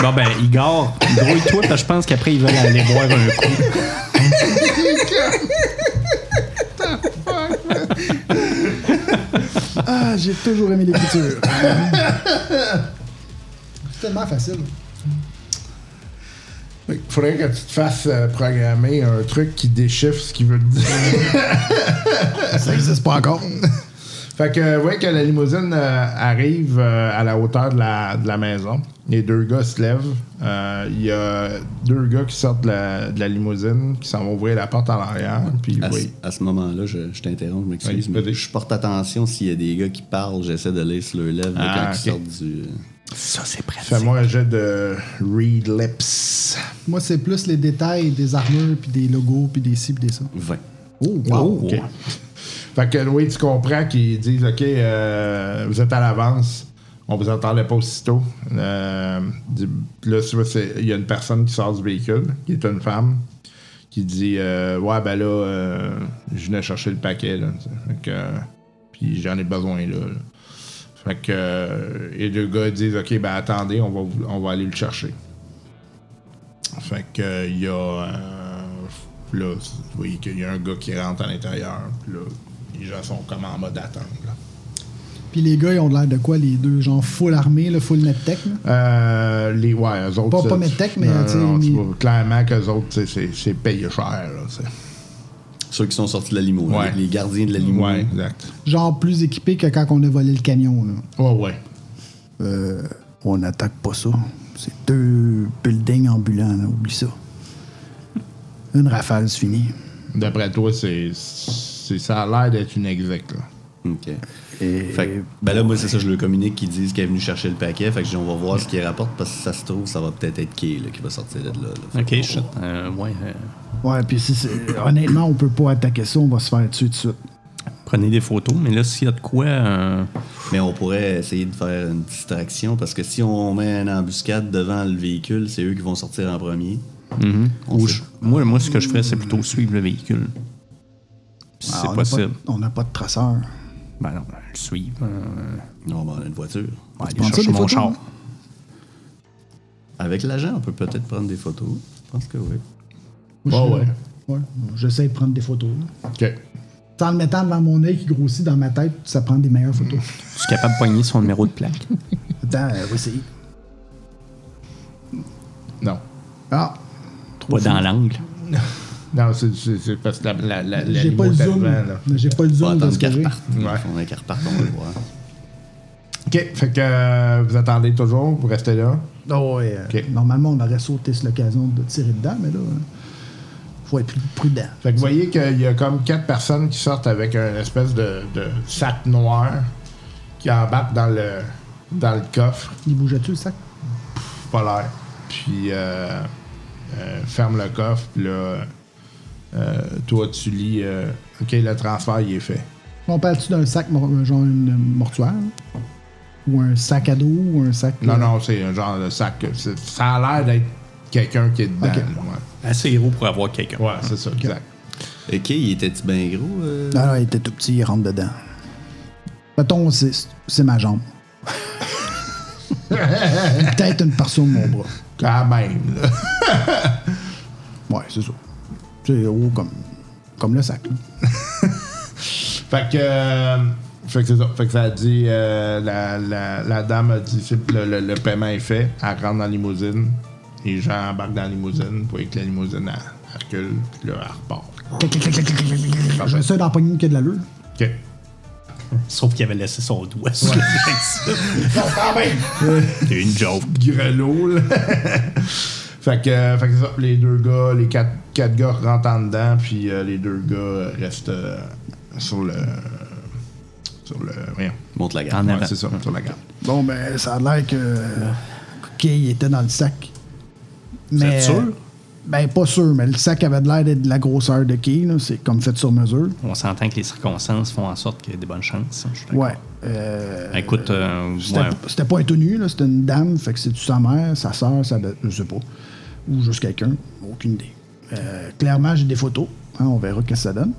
S5: Bon, ben, Igor, grouille-toi, parce que je pense qu'après, ils veulent aller boire un coup.
S7: Ah, j'ai toujours aimé l'écriture. C'est tellement facile.
S2: Fait que Faudrait que tu te fasses euh, programmer un truc qui déchiffre ce qu'il veut te dire.
S6: Ça n'existe pas encore.
S2: Fait que, ouais, que la limousine euh, arrive euh, à la hauteur de la, de la maison. Les deux gars se lèvent. Euh, Il y a deux gars qui sortent de la, de la limousine, qui s'en vont ouvrir la porte en arrière. Puis,
S4: À, ce-
S2: oui.
S4: à ce moment-là, je, je t'interromps, je m'excuse,
S2: Oui,
S4: mais
S2: vas-y.
S4: je porte attention s'il y a des gars qui parlent, j'essaie de lire sur leurs lèvres
S2: Ah,
S4: quand ils
S2: ok.
S4: sortent du. euh,
S5: Ça, c'est pratique.
S2: Fais-moi un jet de Read Lips.
S6: Moi, c'est plus les détails des armures, puis des logos, puis des ci, puis des ça.
S4: 20.
S6: Oh,
S2: Oh, ok. Fait que, oui, tu comprends qu'ils disent OK, euh, vous êtes à l'avance. On vous entendait pas aussitôt. Euh, du- là, tu vois, c'est- il y a une personne qui sort du véhicule, qui est une femme, qui dit euh, Ouais, ben là, euh, je venais chercher le paquet. Là, tu sais. Fait que, euh, puis j'en ai besoin là. là. Fait que euh, les deux gars disent OK, ben attendez, on va, vous- on va aller le chercher. Fait que euh, il y a. euh, là, euh, vous voyez qu'il y a un gars qui rentre à l'intérieur. Puis là, les gens sont comme en mode attente. là.
S6: Puis les gars, ils ont de l'air de quoi, les deux? Genre full armée, le full medtech, là?
S2: Euh, les, ouais, eux autres.
S6: Pas-
S2: ça,
S6: pas
S2: tu-
S6: Medtech, mais,
S2: non,
S6: tu sais,
S2: non, tu
S6: mais-
S2: vois, clairement qu'eux autres, tu sais, c'est- c'est payé cher. Là, tu sais.
S4: Ceux qui sont sortis de la limo,
S2: Ouais.
S4: les, les gardiens de la limo.
S2: ouais, exact.
S6: Genre plus équipé que quand on a volé le camion, là.
S2: Ouais, ouais.
S7: Euh, on n'attaque pas ça. C'est deux buildings ambulants, là, oublie ça. Une rafale, c'est fini.
S2: D'après toi, c'est c'est- ça a l'air d'être une exec. Là.
S4: Ok.
S7: Et
S4: Fait que, ben là, moi, c'est ça, je le communique qu'ils disent qu'elle est venue chercher le paquet. Fait que je dis, on va voir ce qu'il rapporte parce que si ça se trouve, ça va peut-être être qui là, qui va sortir de là. là. Fait
S5: Ok,
S4: que-
S5: shit. Euh, ouais, euh,
S7: ouais, puis si c'est- honnêtement, on peut pas attaquer ça, on va se faire tuer tout de suite.
S5: prenez des photos, mais là, s'il y a de quoi. euh,
S4: Mais on pourrait essayer de faire une distraction parce que si on met une embuscade devant le véhicule, c'est eux qui vont sortir en premier. On
S5: ou
S4: sait-
S5: je- moi, moi, ce que je ferais, c'est plutôt suivre le véhicule. Si
S7: Ah, on
S5: c'est
S7: n'a
S5: possible.
S7: pas- on n'a pas de traceur.
S5: Ben non, le suivre. euh,
S4: Non, ben, on a une voiture.
S5: ouais, aller
S7: prends ça,
S5: chercher
S7: des
S5: mon
S7: photos,
S5: char.
S7: hein?
S4: Avec l'agent, on peut peut-être prendre des photos. Je pense que oui.
S6: Moi,
S2: Ouais,
S6: je- ouais. J'essaie de prendre des photos, là.
S2: OK.
S6: Sans le mettant devant mon œil qui grossit dans ma tête, ça prend des meilleures photos.
S5: Tu es capable de poigner son numéro de plaque.
S7: Attends, euh, oui, c'est.
S2: Non.
S7: Ah!
S5: Pas dans l'angle.
S2: Non, c'est- c'est c'est parce que la, la, la, la
S6: J'ai pas le
S2: limo
S6: zoom.
S2: tellement, là.
S6: J'ai pas le
S4: On va
S6: zoom de
S4: attendre
S6: ce que
S4: qu'elle
S6: j'ai.
S4: reparte.
S2: Ouais.
S4: On a qu'elle reparte, on va le voir.
S2: OK, fait que euh, vous attendez toujours, vous restez là.
S7: Ah
S6: Non, ouais, euh,
S2: Ok.
S6: Normalement, on aurait sauté sur l'occasion de tirer dedans, mais là, euh, faut être plus prudent.
S2: Fait que vous voyez qu'il y a comme quatre personnes qui sortent avec un espèce de, de sac noir qui embarque dans le, dans le coffre,
S6: Il bougeait-tu le sac?
S2: pas l'air. Puis euh, euh, ferme le coffre, puis là, euh, toi tu lis, euh, OK, le transfert il est fait.
S6: On parle-tu d'un sac, mor- euh, genre une mortuaire? là? Ou un sac à dos? Ou un sac...
S2: Non,
S6: euh,
S2: non, c'est un genre de sac. que- c'est- Ça a l'air d'être quelqu'un qui est dedans.
S6: Ok.
S2: là,
S5: Assez gros pour avoir quelqu'un.
S2: Ouais, ouais c'est ça, exact.
S4: Ok, il était-tu bien gros? euh?
S7: Non, non, il était tout petit, il rentre dedans. Mettons, c'est c'est ma jambe. Peut-être une portion de mon bras.
S2: Quand même, là.
S7: Ouais, c'est ça. C'est haut comme, comme le sac. là.
S2: Fait que. euh, fait que c'est ça. Fait que ça a dit. euh, la, la- la dame a dit c'est- le, le- le paiement est fait. Elle rentre dans la limousine. Les gens embarquent dans la limousine. Vous voyez que la limousine, elle, elle recule. Puis là, elle repart.
S6: clac, clac, clac, clac, clac, clac, clac, clac. J'essaie d'empoigner une qui a de l'allure.
S2: OK.
S5: Sauf qu'il avait laissé son doigt sur le C'est une joke.
S2: Grelot, là. fait que. euh, fait que c'est ça. Les deux gars, les quatre, quatre gars rentrent en dedans. Puis euh, les deux gars restent euh, sur le. Sur le. Rien.
S4: Monte la garde.
S5: En avant.
S2: c'est ça, sur la garde.
S7: Bon, ben, ça a l'air que Kay était dans le sac. Mais,
S5: êtes sûr?
S7: Ben, pas sûr, mais le sac avait de l'air d'être de la grosseur de Kay. là. C'est comme fait sur mesure.
S5: On s'entend que les circonstances font en sorte qu'il y ait des bonnes chances. hein, Je suis d'accord.
S7: Ouais. euh,
S5: Ben, Écoute, euh,
S7: c'était
S5: ouais.
S7: c'était pas un tout nu, là, c'était une dame. Fait que c'est sa mère, sa soeur, sa be- je sais pas. Ou juste quelqu'un. Aucune idée. Euh, clairement, j'ai des photos. hein, on verra qu'est-ce que ça donne.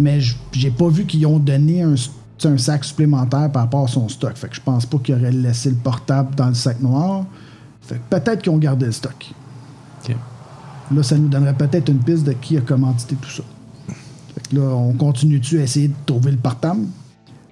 S7: Mais j- j'ai pas vu qu'ils ont donné un, s- un sac supplémentaire par rapport à son stock. Fait que je pense pas qu'ils auraient laissé le portable dans le sac noir. Fait que peut-être qu'ils ont gardé le stock.
S5: Ok.
S7: Là, ça nous donnerait peut-être une piste de qui a commandité tout ça. Fait que là, on continue-tu à essayer de trouver le portable?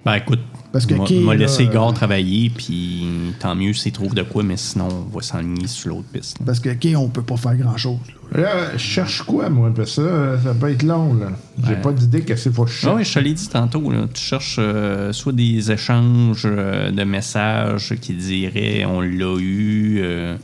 S5: Ben écoute,
S7: Parce que
S5: m'a
S7: Kay,
S5: m'a
S7: là,
S5: laissé
S7: euh,
S5: Igor travailler, puis tant mieux s'il trouve de quoi, mais sinon, on va s'enligner sur l'autre piste. là.
S7: Parce que Kay, on peut pas faire grand-chose. là.
S2: Là, je cherche quoi, moi? Parce que ça, ça peut être long, là. J'ai pas d'idée qu'est-ce qu'il faut que je
S5: Ah
S2: cherche.
S5: oui, je te l'ai dit tantôt. là. Tu cherches euh, soit des échanges euh, de messages qui diraient on l'a eu, euh,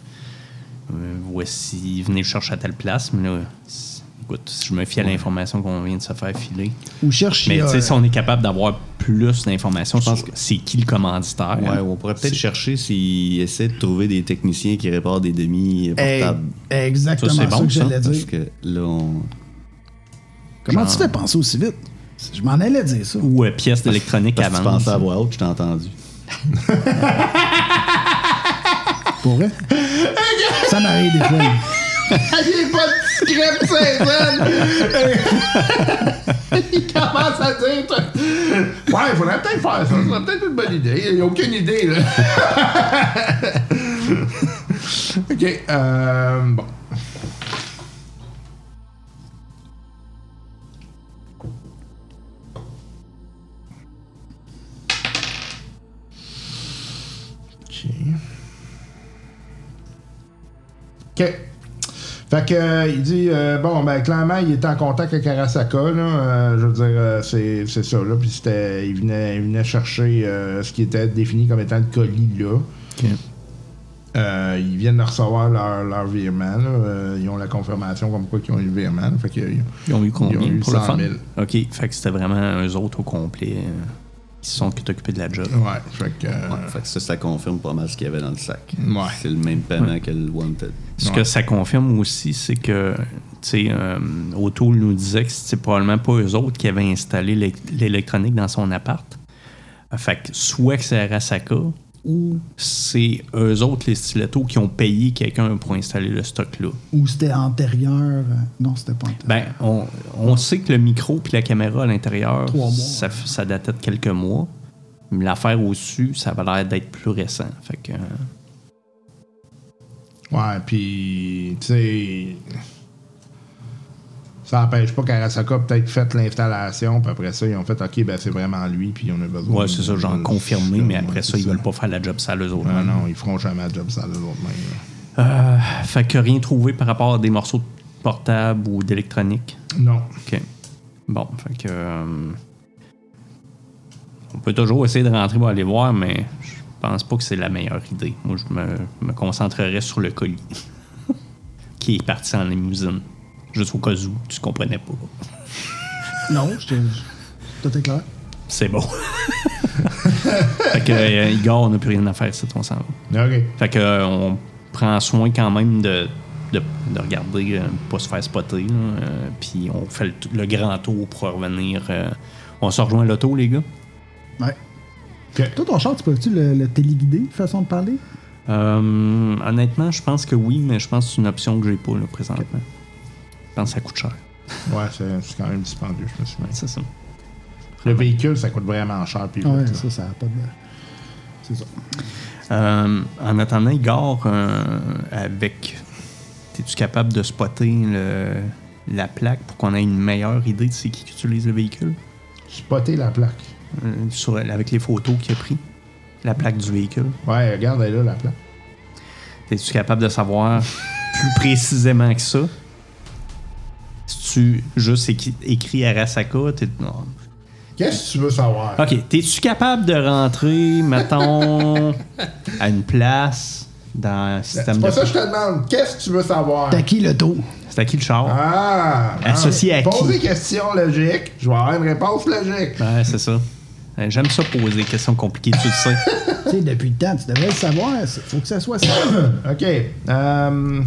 S5: euh, voici, venez le chercher à telle place. Mais là, c'est- écoute, si je me fie à l'information qu'on vient de se faire filer.
S7: Ou cherche
S5: Mais
S7: il y a,
S5: tu sais,
S7: euh,
S5: si on est capable d'avoir plus d'informations
S4: pense
S5: sur c'est qui le commanditaire.
S4: Ouais, on pourrait peut-être chercher s'ils essaient de trouver des techniciens qui réparent des
S7: eh,
S4: demi-portables.
S7: Exactement
S5: Ça,
S7: ça,
S5: c'est bon,
S7: que
S5: ça,
S7: j'allais
S4: Parce
S7: dire.
S4: que là, on.
S7: Comment
S5: genre-
S7: tu fais penser aussi vite? Je m'en allais dire ça.
S5: Ou euh, pièces électroniques
S4: Parce que tu
S5: avant.
S4: pensais à voix haute, je t'ai entendu.
S7: Pour vrai? ça m'arrive des fois.
S2: Il est pas discret, Saint-Anne! Il commence à dire... Ouais, il faudrait peut-être faire ça. Ça serait peut-être une bonne idée. Il n'y a aucune idée, là. OK, euh, bon. OK. OK. Fait que, euh, il dit, euh, bon, ben, clairement, il était en contact avec Arasaka, là. euh, je veux dire, euh, c'est, c'est ça, là. Puis c'était, il venait, il venait chercher euh, ce qui était défini comme étant le colis, là. Euh, ils viennent de recevoir leur, leur virement, là. euh, ils ont la confirmation comme quoi qu'ils ont eu le virement. là. Fait que, euh,
S5: Ils ont eu combien
S2: Ils ont eu
S5: pour le
S2: 100
S5: fun?
S2: 000.
S5: OK, fait que c'était vraiment eux autres au complet euh, qui se sont tout occupés de la job.
S2: ouais, fait que... euh,
S4: Ouais, fait que ça, ça confirme pas mal ce qu'il y avait dans le sac.
S2: Ouais.
S4: C'est le même paiement que le Wanted.
S5: Ce que ça confirme aussi, c'est que, tu sais, euh, O'Toole nous disait que c'était probablement pas eux autres qui avaient installé l'é- l'électronique dans son appart. Euh, Fait que soit que c'est Arasaka ou c'est eux autres, les stilettos, qui ont payé quelqu'un pour installer le stock-là.
S7: Ou c'était antérieur. euh, Non, c'était pas antérieur.
S5: Ben, on, on sait que le micro puis la caméra à l'intérieur,
S7: Trois mois.
S5: ça, f- ça datait de quelques mois. Mais L'affaire au-dessus, ça avait l'air d'être plus récent. Fait que, euh,
S2: Ouais, puis, tu sais, ça n'empêche pas qu'Arasaka a peut-être fait l'installation, puis après ça, ils ont fait, OK, ben c'est vraiment lui, puis on a besoin.
S5: ouais, c'est ça, genre
S7: Euh,
S5: confirmé, mais après ça, ils veulent pas faire la job sale eux autres.
S2: Non, non, ils feront jamais la job ça les autres mêmes.
S5: Euh, fait que rien trouvé par rapport à des morceaux de portable ou d'électronique.
S2: Non.
S5: OK. Bon, fait que. euh, on peut toujours essayer de rentrer pour aller voir, mais je pense pas que c'est la meilleure idée. Moi, je me, me concentrerais sur le colis qui est parti en limousine. Juste au cas où tu comprenais pas.
S7: Non, j'étais. Tout est clair.
S5: C'est bon. fait que, euh, Igor, on n'a plus rien à faire, c'est on s'en va.
S2: OK.
S5: Fait que euh, on prend soin quand même de, de, de regarder, euh, pas se faire spotter. là, euh, puis on fait le, le grand tour pour revenir. euh, on se rejoint à l'auto, les gars.
S7: Ouais. Toi, ton char, tu peux-tu le, le téléguider, façon de parler?
S5: Euh, honnêtement, je pense que oui, mais je pense que c'est une option que j'ai pas là, présentement. Je pense que ça coûte cher.
S2: Ouais, c'est c'est quand même dispendieux, je me souviens.
S5: C'est ça.
S2: Le véhicule, ça coûte vraiment cher, puis
S7: Ouais,
S2: vite, là.
S7: ça, ça a pas de. C'est ça.
S5: Euh, en attendant, Igor, euh, avec. Es-tu capable de spotter le- la plaque pour qu'on ait une meilleure idée de c'est qui qui utilise le véhicule?
S2: Spotter la plaque.
S5: Euh, sur- avec les photos qu'il a pris, la plaque du véhicule.
S2: Ouais, regarde, elle est là, la plaque.
S5: Es-tu capable de savoir plus précisément que ça? Si tu juste équi- écrit Arasaka, t'es. non.
S2: Qu'est-ce que tu veux savoir?
S5: Ok, es-tu capable de rentrer, mettons, à une place dans le
S2: C'est
S5: système de.
S2: pas ça que je te demande. Qu'est-ce que tu veux savoir?
S7: T'as qui le tour?
S5: C'est à qui le char?
S2: Ah!
S5: Associé à
S2: pose
S5: qui?
S2: des questions logiques. Je vais avoir une réponse logique.
S5: Ouais, c'est ça. Ouais, J'aime ça poser des questions compliquées, tu le sais.
S7: tu sais, depuis le temps, tu devrais le savoir. c'est- Faut que ça soit ça.
S2: OK. euh,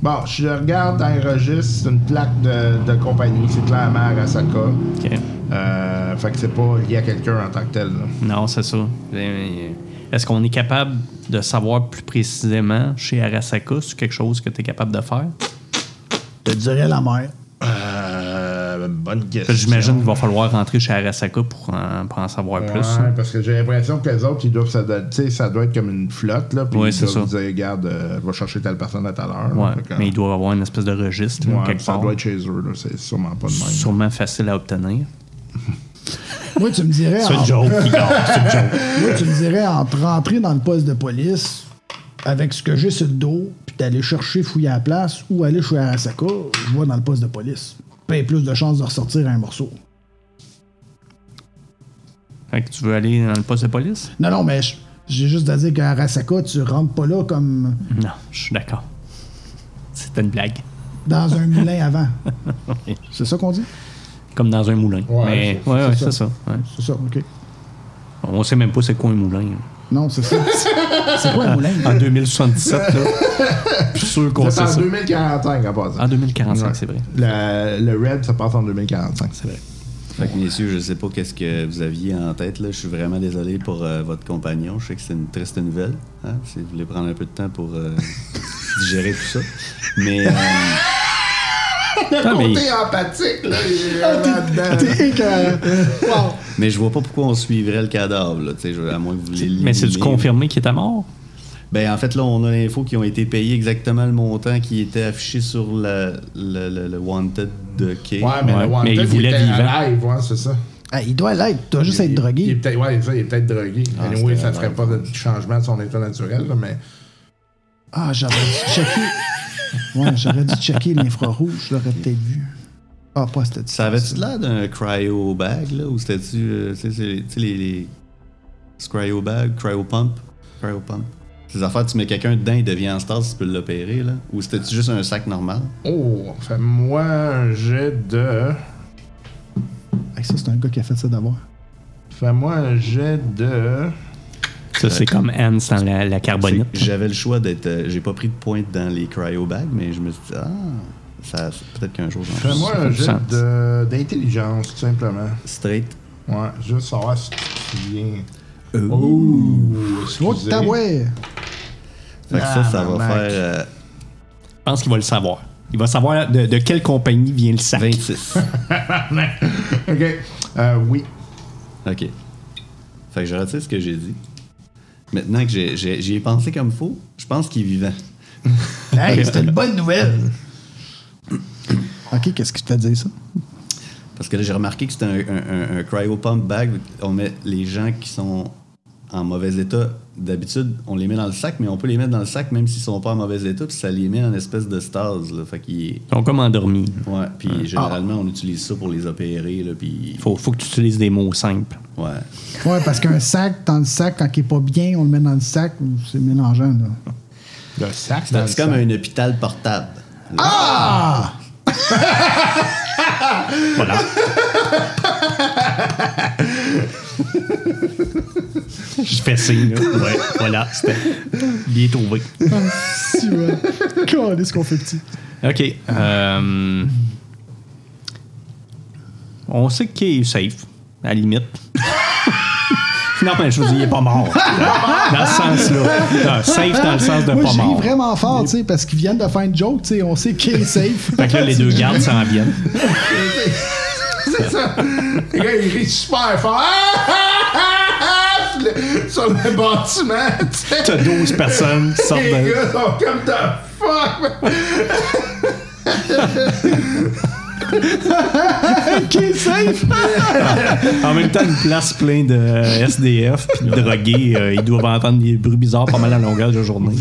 S2: bon, je regarde dans les registres, c'est une plaque de, de compagnie. C'est clairement Arasaka.
S5: Ok.
S2: Euh, fait que c'est pas lié à quelqu'un en tant que tel. là.
S5: Non, c'est ça. Euh, Est-ce qu'on est capable de savoir plus précisément chez Arasaka sur quelque chose que tu es capable de faire?
S7: Je te dirais la mère.
S2: Euh, bonne question.
S5: Parce que J'imagine qu'il va falloir rentrer chez Arasaka pour en, pour en savoir
S2: Ouais,
S5: plus. hein.
S2: parce que j'ai l'impression que les autres, ils doivent, ça doit, tu sais, ça doit être comme une flotte, là. Puis
S5: Ouais,
S2: ils
S5: c'est
S2: doivent
S5: ça.
S2: dire, regarde, euh, va chercher telle personne à telle heure. là.
S5: Ouais,
S2: Fait que,
S5: mais il doit avoir une espèce de registre là,
S2: ouais,
S5: quelque
S2: ça
S5: part.
S2: doit être chez eux, là. C'est sûrement pas de même.
S5: Sûrement facile à obtenir.
S7: Moi, tu me dirais.
S5: C'est
S7: en-
S5: une joke, Igor, c'est une joke.
S7: Moi, tu me dirais, entre rentrer dans le poste de police avec ce que j'ai sur le dos, puis d'aller chercher fouiller à la place ou aller chez Arasaka, je vois dans le poste de police. Paye plus de chances de ressortir un morceau.
S5: Fait que tu veux aller dans le poste de police?
S7: Non, non, mais je- j'ai juste à dire qu'à Arasaka, tu rentres pas là comme
S5: Non, je suis d'accord. C'était une blague.
S7: dans un moulin avant. C'est ça qu'on dit?
S5: Comme dans un moulin.
S2: Ouais,
S5: Mais-
S2: c'est-
S5: ouais, ouais,
S7: c'est
S5: c'est ça. ouais.
S7: C'est ça, OK.
S5: On sait même pas c'est quoi un moulin.
S7: Non, c'est ça. C'est quoi un moulin?
S5: En 2077, là. Je suis sûr qu'on
S2: Ça
S5: sait
S2: passe
S5: ça.
S2: en 2045 à part ça.
S5: En 2045, c'est vrai.
S2: Le, le Red, ça passe en 2045. C'est vrai.
S4: Fait que, messieurs, je sais pas qu'est-ce que vous aviez en tête. Là. Je suis vraiment désolé pour euh, votre compagnon. Je sais que c'est une triste nouvelle. Hein? Si vous voulez prendre un peu de temps pour euh, digérer tout ça. Mais euh,
S5: Non, mais
S2: T'es empathique, là. il est là-dedans.
S6: T'es écœurant. Wow.
S4: Mais je vois pas pourquoi on suivrait le cadavre, là, tu sais, je- à moins que vous l'ayez.
S5: mais c'est-tu confirmé qu'il était mort?
S4: Ben, en fait, là, on a l'info qui ont été payés exactement le montant qui était affiché sur la- le, le- le Wanted de Kay.
S2: Ouais, mais
S5: Ouais,
S2: le
S5: mais
S2: Wanted,
S5: il
S2: il
S5: voulait
S2: était
S5: vivant.
S2: alive, ouais, c'est ça.
S7: Ah, il doit l'être. Tu dois juste
S2: Il-
S7: être
S2: Il, est
S7: drogué.
S2: peut-être, ouais, ça, il est peut-être drogué.
S4: Ah,
S2: Anyway,
S4: c'était
S2: ça ferait pas
S4: vrai.
S2: de changement de son état naturel, là, mais.
S7: Ah, j'aurais dû checker. Ouais, j'aurais dû checker l'infrarouge. Je l'aurais peut-être vu. Ah, pas cette
S4: Ça avait-tu l'air d'un cryo bag, là, ou c'était-tu, euh, tu sais, c'est- tu sais, les, les ce cryo bag, cryo pump, cryo pump. Ces affaires, tu mets quelqu'un dedans, il devient en stase, tu peux l'opérer, là. Ou c'était-tu juste un sac normal?
S2: Oh, fais-moi un jet de.
S7: Hey, ça, c'est un gars qui a fait ça d'abord.
S2: Fais-moi un jet de.
S5: Ça, c'est comme Anne sans la, la carbonite.
S4: C'est- J'avais le choix d'être, euh, j'ai pas pris de pointe dans les cryo bags, mais je me suis dit, ah, ça, c'est- peut-être qu'un jour j'en
S2: Fais-moi un jet
S5: sens.
S2: de- d'intelligence, tout simplement.
S4: Straight.
S2: Ouais, juste savoir si tu Oh, viens.
S7: L'autre
S2: Euh. excusez.
S7: tabouet!
S4: Fait que ça, ça va
S2: maman.
S4: faire euh,
S5: Je pense qu'il va le savoir. Il va savoir de, de quelle compagnie vient le sac.
S4: 26.
S2: Ok. Euh, oui.
S4: OK. Fait que je retire ce que j'ai dit. Maintenant que j'ai- j'ai- j'y ai pensé comme faux, je pense qu'il est vivant.
S7: Hey, c'était une bonne nouvelle! Ok, qu'est-ce qui te fait dire ça?
S4: Parce que là, j'ai remarqué que c'était un, un, un- un cryo pump bag. On met les gens qui sont en mauvais état, d'habitude, on les met dans le sac, mais on peut les mettre dans le sac même s'ils sont pas en mauvais état, puis ça les met en espèce de stase. Là. Fait qu'il
S5: Ils sont comme endormis.
S4: Ouais, puis généralement, on utilise ça pour les opérer, là, puis...
S5: Faut, faut que tu utilises des mots simples.
S4: Ouais.
S7: Ouais, parce qu'un sac, dans le sac, quand il est pas bien, on le met dans le sac, c'est mélangeant, là.
S2: Le sac, dans
S4: C'est
S2: le
S4: c'est comme
S2: sac.
S4: un hôpital portable.
S5: Je fais signe, là. Ouais, voilà, c'était bien trouvé.
S7: Si, ouais. Calé, ce qu'on fait petit.
S5: OK. euh, on sait qu'il est safe, à la limite. non, mais je vous dis, il est pas mort. Dans ce sens-là. Non, safe dans le sens de
S7: Ah, Moi,
S5: pas
S7: je ris
S5: mort.
S7: vraiment fort, tu sais, parce qu'ils viennent de faire une joke, tu sais, on sait qu'il est safe.
S5: Fait que là, les deux gardes s'en viennent.
S2: C'est ça. Le gars, il rit super fort. Ah, ah, ah, ah, sur le- Sur le bâtiment, tu sais.
S5: T'as 12 personnes qui sortent
S2: Les
S5: de.
S2: gars sont comme the fuck.
S7: qu'il est safe!
S5: En même temps, une place pleine de euh, SDF puis de drogués, euh, ils doivent entendre des bruits bizarres pas mal à longueur de journée.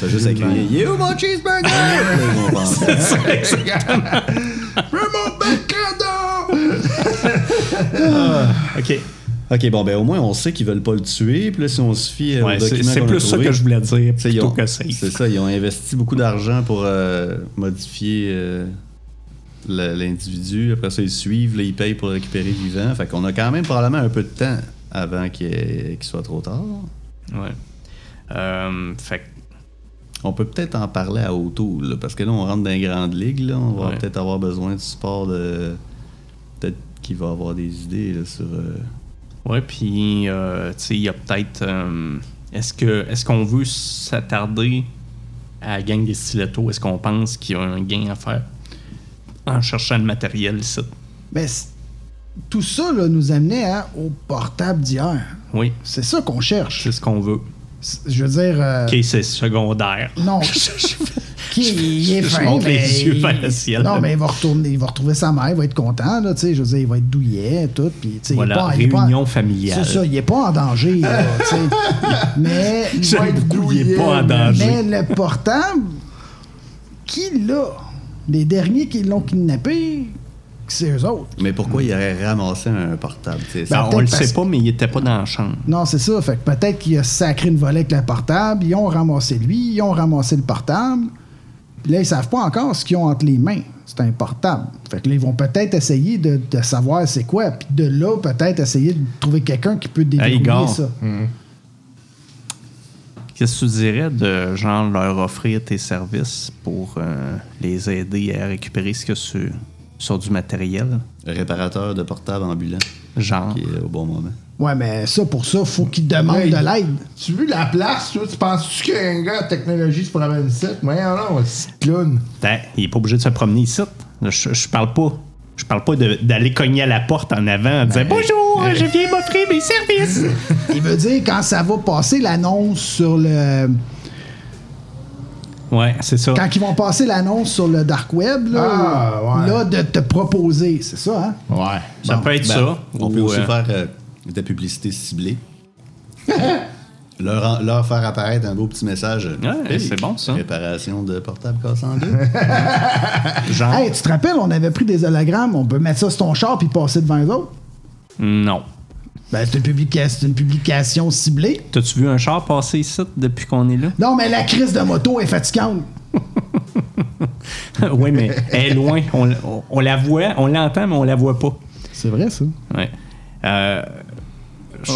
S4: T'as juste à crier « You mon cheeseburger! » Là, ils vont penser.
S2: Vraiment bel cadeau.
S5: OK.
S4: OK, bon, ben au moins, on sait qu'ils veulent pas le tuer, puis là, si on se fie euh, aux
S5: Ouais, c'est
S4: documents
S5: c'est
S4: qu'on a
S5: plus ça
S4: trouvés,
S5: que je voulais dire
S4: tu sais, ils
S5: plutôt
S4: ont-
S5: que
S4: C'est
S5: safe.
S4: ça, ils ont investi beaucoup d'argent pour euh, modifier euh, le- l'individu. Après ça, ils suivent, là, ils payent pour le récupérer vivant. Fait qu'on a quand même probablement un peu de temps avant qu'il ait- qu'il soit trop tard.
S5: Ouais. Euh, fait que
S4: On peut peut-être en parler à Auto, là, parce que là, on rentre dans les grandes ligues. Là, on va
S5: Ouais.
S4: peut-être avoir besoin du support de. Peut-être qu'il va avoir des idées là, sur. euh,
S5: Ouais, puis, euh, tu sais, il y a peut-être. euh, Est-ce que est-ce qu'on veut s'attarder à la gang des stilettos? Est-ce qu'on pense qu'il y a un gain à faire en cherchant le matériel ici?
S7: Mais c'est- tout ça, là, nous amenait à- au portable d'hier.
S5: Oui,
S7: C'est ça qu'on cherche.
S5: c'est ce qu'on veut.
S7: C'est- Je veux dire... euh,
S5: Ok, c'est secondaire.
S7: Non.
S5: Je- je-
S7: il, il est
S5: Je
S7: fin,
S5: monte les
S7: mais
S5: yeux
S7: il-
S5: vers le ciel.
S7: Non, mais il va, retourner, il va retrouver sa mère, il va être content, là, tu sais, je veux dire, il va être douillet, tout. Puis, tu sais,
S5: Voilà,
S7: il est pas, il est pas-
S5: réunion familiale.
S7: C'est ça, il n'est pas en danger, là, tu sais. mais il
S5: J'aime
S7: va être
S5: beaucoup, il est
S7: douillet,
S5: pas en danger.
S7: Mais le portable, qui l'a Les derniers qui l'ont kidnappé, c'est eux autres.
S4: Mais pourquoi il aurait ramassé un portable? tu sais?
S7: Ben,
S5: Ça, on
S7: peut-être
S5: le
S7: parce
S5: sait pas, mais il était pas dans la chambre.
S7: Non, c'est ça. Fait que peut-être qu'il a sacré une volée avec le portable. Ils ont ramassé lui, ils ont ramassé le portable. Puis là, ils savent pas encore ce qu'ils ont entre les mains. C'est un portable. Fait que là, ils vont peut-être essayer de, de savoir c'est quoi. Puis de là, peut-être essayer de trouver quelqu'un qui peut
S5: Hey,
S7: déverrouiller
S5: gars. Hmm.
S7: ça.
S5: Qu'est-ce que tu dirais de genre leur offrir tes services pour euh, les aider à récupérer ce que sur, sur du matériel?
S4: Réparateur de portable ambulant
S5: Genre.
S4: qui est là au bon moment.
S7: Ouais, mais ça, pour ça, faut qu'ils demandent
S2: Hey.
S7: de l'aide.
S2: Tu vu la place, toi? Tu penses-tu qu'un gars de technologie se promène ici? Mais non, c'est clown.
S5: Ben, il est pas obligé de se promener ici. Je, je parle pas. Je parle pas de- d'aller cogner à la porte en avant en disant
S4: Ben.
S5: Bonjour, je viens m'offrir mes services.
S7: Il veut dire quand ça va passer l'annonce sur le.
S5: ouais, c'est ça.
S7: Quand ils vont passer l'annonce sur le dark web, là,
S2: Ah, ouais.
S7: là de te proposer. C'est ça, hein?
S2: Ouais.
S5: ça peut être
S4: Ben,
S5: ça.
S4: On peut
S5: ou,
S4: aussi
S5: euh,
S4: faire euh, de la publicité ciblée. leur, en- leur faire apparaître un beau petit message. euh,
S5: Ouais, c'est bon, ça.
S4: Réparation de portable cassé en deux.
S5: Genre.
S7: Hey, tu te rappelles, on avait pris des hologrammes, on peut mettre ça sur ton char puis passer devant les autres?
S5: Non.
S7: Ben, c'est une, publica- c'est une publication ciblée.
S5: T'as-tu vu un char passer ici depuis qu'on est là?
S7: Non, mais la crise de moto est fatigante.
S5: oui, mais elle est loin. On, l- on- on la voit, on l'entend, mais on la voit pas.
S7: C'est vrai, ça.
S5: Ouais. Euh, je-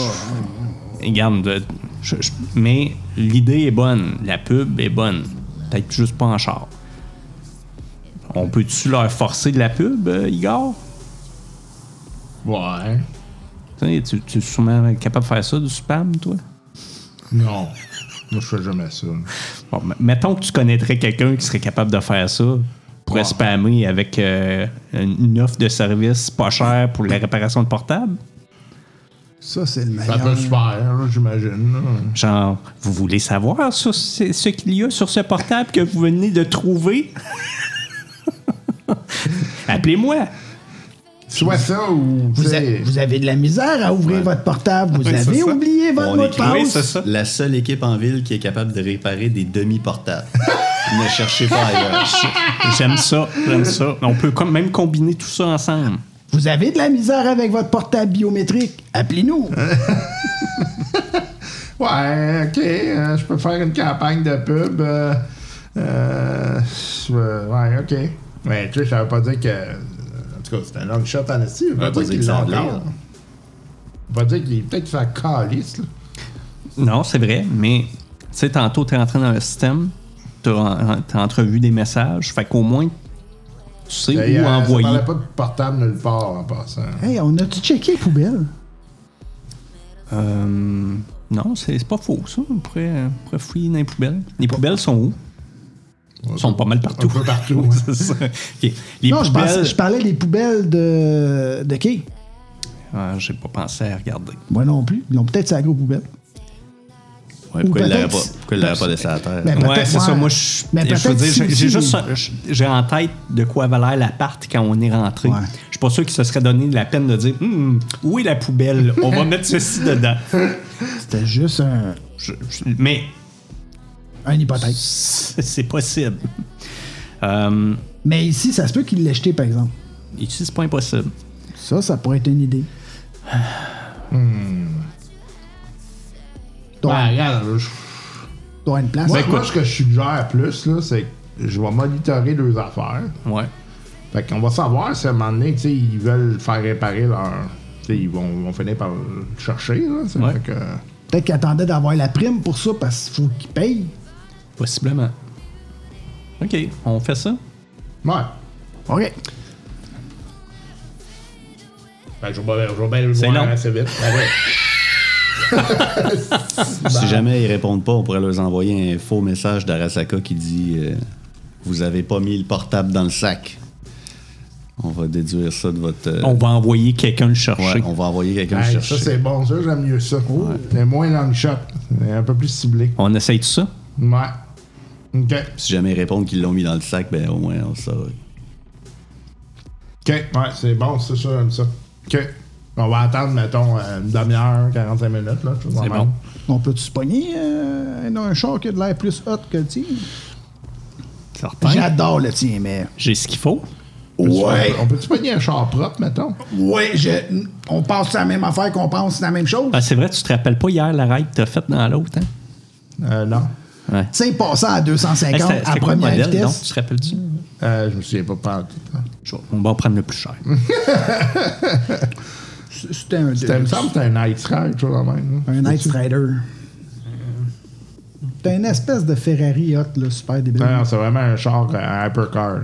S5: Regarde, de- je- je- mais l'idée est bonne, la pub est bonne. Peut-être juste pas en char. On peut-tu leur forcer de la pub, euh, Igor?
S2: Ouais.
S5: Tu sais, Tu tu es sûrement capable de faire ça, du spam, toi?
S2: Non. Moi, je fais jamais ça.
S5: Bon, m- mettons que tu connaîtrais quelqu'un qui serait capable de faire ça, pourrait spammer avec euh, une une offre de service pas chère pour la réparation de portable.
S7: Ça, c'est le
S2: Ça
S7: meilleur.
S2: peut se faire, là, j'imagine. là.
S5: Genre, vous voulez savoir sur ce, ce qu'il y a sur ce portable que vous venez de trouver? Appelez-moi.
S2: Soit ça ou. tu
S7: vous, a-
S2: sais,
S7: vous avez de la misère à ouvrir votre portable. Vous
S5: Ouais, c'est
S7: avez
S5: ça.
S7: oublié votre
S4: On
S7: mot de
S4: écrit-
S5: Oui,
S7: passe.
S5: c'est ça.
S4: La seule équipe en ville qui est capable de réparer des demi-portables. ne cherchez pas ailleurs.
S5: J'aime ça, j'aime ça. On peut com- même combiner tout ça ensemble.
S7: Vous avez de la misère avec votre portable biométrique. Appelez-nous.
S2: Ouais, ok, euh, je peux faire une campagne de pub. euh, euh, euh, ouais, ok. Mais tu sais, ça veut pas dire que. En tout cas, c'est un long shot en esti. Ça veut
S4: Ouais,
S2: pas
S4: pas
S2: dire
S4: dire
S2: qu'il
S4: que ça
S2: l'a
S4: blâme.
S2: encore. Ça veut pas dire qu'il est peut-être fait calice, là.
S5: Non, c'est vrai, mais tu sais, tantôt, tu es entré dans le système, tu as, entrevu des messages, fait qu'au moins, tu sais
S2: Et,
S5: où
S2: euh,
S5: envoyer.
S2: Ça parlait pas de portable nulle part en passant.
S7: hey, on a-tu checké les poubelles?
S5: Euh, non, c'est c'est pas faux, ça. On pourrait, on pourrait fouiller dans les poubelles. Les poubelles sont où? Elles sont pas mal partout.
S2: Un peu partout.
S5: C'est ça. Ok. Les
S7: non, je,
S5: poubelles.
S7: pensais- je parlais des poubelles de, de qui?
S5: Ah, J'ai pas pensé à regarder.
S7: Moi non plus. Ils l'ont peut-être sa gros poubelle.
S4: Ouais, pourquoi
S7: Ou
S4: il l'aurait
S7: peut-être-
S4: pas, pourquoi il l'aurait pas laissé à terre?
S7: Ben,
S5: Ouais,
S7: peut-être,
S5: c'est
S7: ouais.
S5: ça. Moi, je,
S7: Mais
S5: je veux
S7: peut-être
S5: dire,
S7: si-
S5: j'ai- j'ai
S7: si-
S5: juste, j'ai en tête de quoi valait l'appart quand on est rentré.
S7: Ouais.
S5: Je suis pas sûr qu'il se serait donné la peine de dire, Hmm, où est la poubelle On va mettre ceci dedans.
S7: C'était juste un,
S5: Je- je- mais
S7: un hypothèque.
S5: c'est c'est possible. Euh,
S7: Mais ici, ça se peut qu'il l'ait jeté, par exemple.
S5: ici, c'est pas impossible.
S7: Ça, ça pourrait être une idée.
S2: Ouais,
S7: Toi,
S2: regarde, là, je-
S7: toi, une place.
S5: Ben,
S2: Moi, moi, ce que je suggère plus, là, c'est que je vais monitorer deux affaires.
S5: Ouais.
S2: Fait qu'on va savoir si à un moment donné, tu sais, ils veulent faire réparer leur. tu sais, ils vont, vont finir par le chercher, là. tu sais,
S5: Ouais.
S2: fait que-
S7: Peut-être qu'il attendait d'avoir la prime pour ça parce qu'il faut qu'il paye.
S5: Possiblement. OK, on fait ça.
S2: Ouais.
S7: OK.
S2: Ben, je vais je vais bien le
S5: C'est
S2: voir
S5: long.
S2: assez vite. Ben ouais.
S7: ben.
S4: Si jamais ils répondent pas, on pourrait leur envoyer un faux message d'Arasaka qui dit euh, Vous avez pas mis le portable dans le sac. On va déduire ça de votre. euh,
S5: On va envoyer quelqu'un le chercher.
S4: ouais, on va envoyer quelqu'un le
S2: Hey,
S4: chercher.
S2: ça, c'est bon, ça, j'aime mieux ça. C'est moins long shot. C'est un peu plus ciblé.
S5: on... essaye tout ça?
S2: Ouais. OK.
S4: Si jamais ils répondent qu'ils l'ont mis dans le sac, ben au moins on saura.
S2: OK. Ouais, c'est bon, c'est ça, j'aime ça. OK. On va attendre, mettons, euh, une demi-heure, 45 minutes. là.
S5: C'est bon.
S7: On peut-tu se pogner euh, un- un char qui a de l'air plus hot que le tien?
S5: Certain.
S7: J'adore le tien, mais.
S5: J'ai ce qu'il faut.
S2: Ouais. On peut-tu pogner un char propre, mettons?
S7: Ouais, je- on pense à la même affaire qu'on pense à la même chose.
S5: Ah, c'est vrai, tu te rappelles pas hier la ride que t'as faite dans l'autre, hein?
S2: Euh, non.
S7: Tu sais, passer à 250
S5: Hey, c'était-
S7: à
S5: c'était quoi le
S7: première
S5: modèle, donc?
S7: vitesse.
S5: Tu te rappelles-tu?
S2: Euh, je me souviens pas pas en tout. hein.
S5: Je vais- On va en prendre le plus cher.
S7: C'était un,
S2: C'était, il me semble que c'était un Night Sky, quelque chose en même. hein.
S7: un Night Rider. T'as une espèce de Ferrari hot, là, super débile.
S2: Non, non, c'est vraiment un char, euh, un hypercar. là.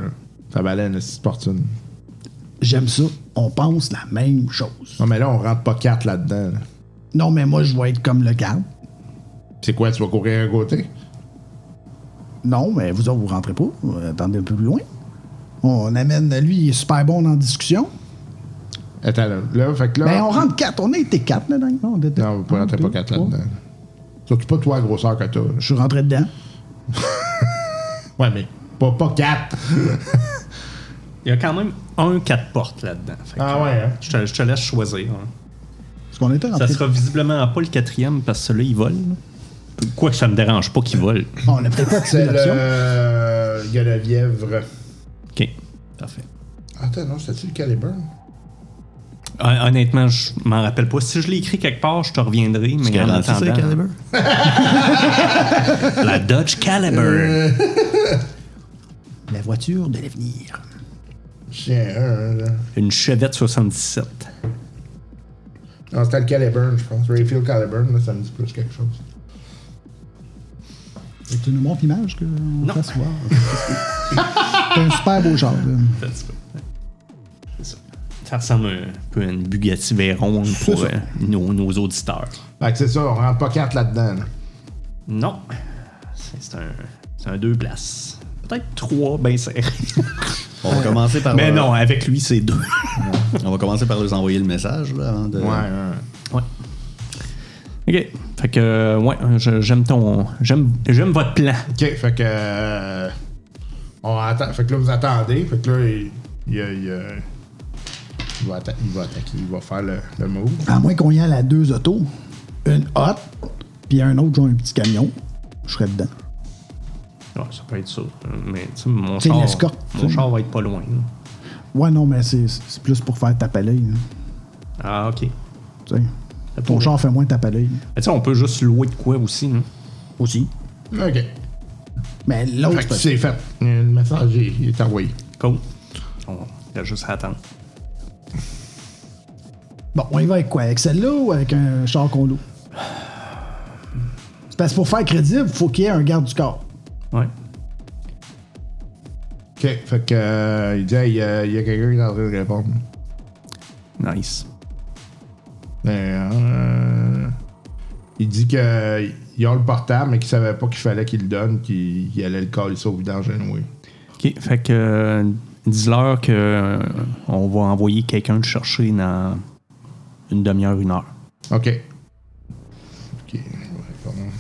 S2: Ça valait une petite fortune.
S7: J'aime ça. On pense la même chose.
S2: Non, mais là, on rentre pas quatre là-dedans. là.
S7: Non, mais moi, je vais être comme le garde.
S2: C'est quoi, tu vas courir à côté?
S7: Non, mais vous autres, vous rentrez pas. Vous attendez un peu plus loin. On amène, lui, il est super bon en discussion.
S2: Attends, là, là, fait que là...
S7: Ben, on rentre quatre. On a été quatre, là, dedans. on était-
S2: Ah. Non, vous ne rentrez
S7: un,
S2: pas
S7: deux,
S2: quatre
S7: trois.
S2: là-dedans. Surtout pas toi, la grosseur que t'as. là.
S7: Je suis rentré dedans.
S2: Ouais, mais pas, pas quatre.
S5: Il y a quand même un quatre portes là-dedans. Fait que,
S2: Ah ouais, hein?
S5: Je te, je te laisse choisir. hein.
S7: Parce qu'on était rentré.
S5: Ça sera visiblement pas le quatrième parce que celui-là, il vole. là. Quoi que ça me dérange pas qu'il vole.
S7: On a peut-être pas
S2: C'est
S7: activé
S2: le...
S7: l'option.
S2: euh, Guenevièvre.
S5: OK. Parfait.
S2: Attends, non, c'était-tu le calibre?
S5: Hon- Honnêtement, je m'en rappelle pas. Si je l'ai écrit quelque part, je te reviendrai. Mais en
S4: Garantis ça,
S5: attendant,
S4: Caliber?
S5: la Dodge Caliber.
S7: La voiture de l'avenir.
S2: Chien, un, là.
S5: Une Chevette 77.
S2: Non, c'était le Caliburn, je pense. Rayfield Caliburn, là, ça me dit plus quelque chose.
S7: Tu nous montres l'image que on
S5: Non.
S7: fasse voir. C'est un super beau genre. là.
S5: Ça ressemble un peu à une Bugatti Veyron pour euh, nos, nos auditeurs.
S2: Fait que c'est ça, on rentre pas quatre là-dedans. là.
S5: Non. C'est c'est un, c'est un deux places. Peut-être trois, ben serré.
S4: On va commencer par
S5: Mais
S4: leur-
S5: non, avec lui, c'est deux.
S4: On va commencer par leur envoyer le message là, avant de.
S2: ouais.
S5: Ouais. OK. Fait que, euh, ouais, je- j'aime ton. J'aime j'aime votre plan.
S2: Ok, fait que. euh, on attend, fait que là, vous attendez. Fait que là, il. Il, il, il- il va, atta- il va attaquer, il va faire le, le move.
S7: À moins qu'on y aille à deux autos. Une hotte, puis un autre, genre un petit camion. Je serais dedans.
S5: Ouais, ça peut être ça. Euh, Mais tu sais, mon
S7: C'est
S5: char.
S7: une escorte, tu
S5: Mon
S7: sais.
S5: char va être pas loin. là.
S7: Ouais, non, mais c'est c'est plus pour faire taper à l'œil. là.
S5: Ah, ok.
S7: Tu sais,
S5: Ça
S7: Ton
S5: pourrait.
S7: char fait moins taper à l'œil.
S5: Mais Ben, tu sais, on peut juste louer de quoi aussi. là.
S7: Aussi.
S2: Ok.
S7: Mais l'autre,
S2: Fait que c'est fait. Le message est, il est envoyé.
S5: Cool. On il a juste à attendre.
S7: Bon, on y va avec quoi? Avec celle-là ou avec un char qu'on loue? C'est parce que pour faire crédible, il faut qu'il y ait un garde du corps.
S5: Ouais.
S2: Ok, fait que. euh, il dit, hey, il y a, il y a quelqu'un qui est en train de répondre.
S5: Nice.
S2: Mais, euh, il dit que. Ils ont le portable, mais qu'ils savaient pas qu'il fallait qu'il le donne, qu'il qu'il allait le coller sur le vidange anyway.
S5: OK. Fait que. euh, Dis-leur que euh, on va envoyer quelqu'un le chercher dans une demi-heure, une heure.
S2: Ok. Ok, il va répondre.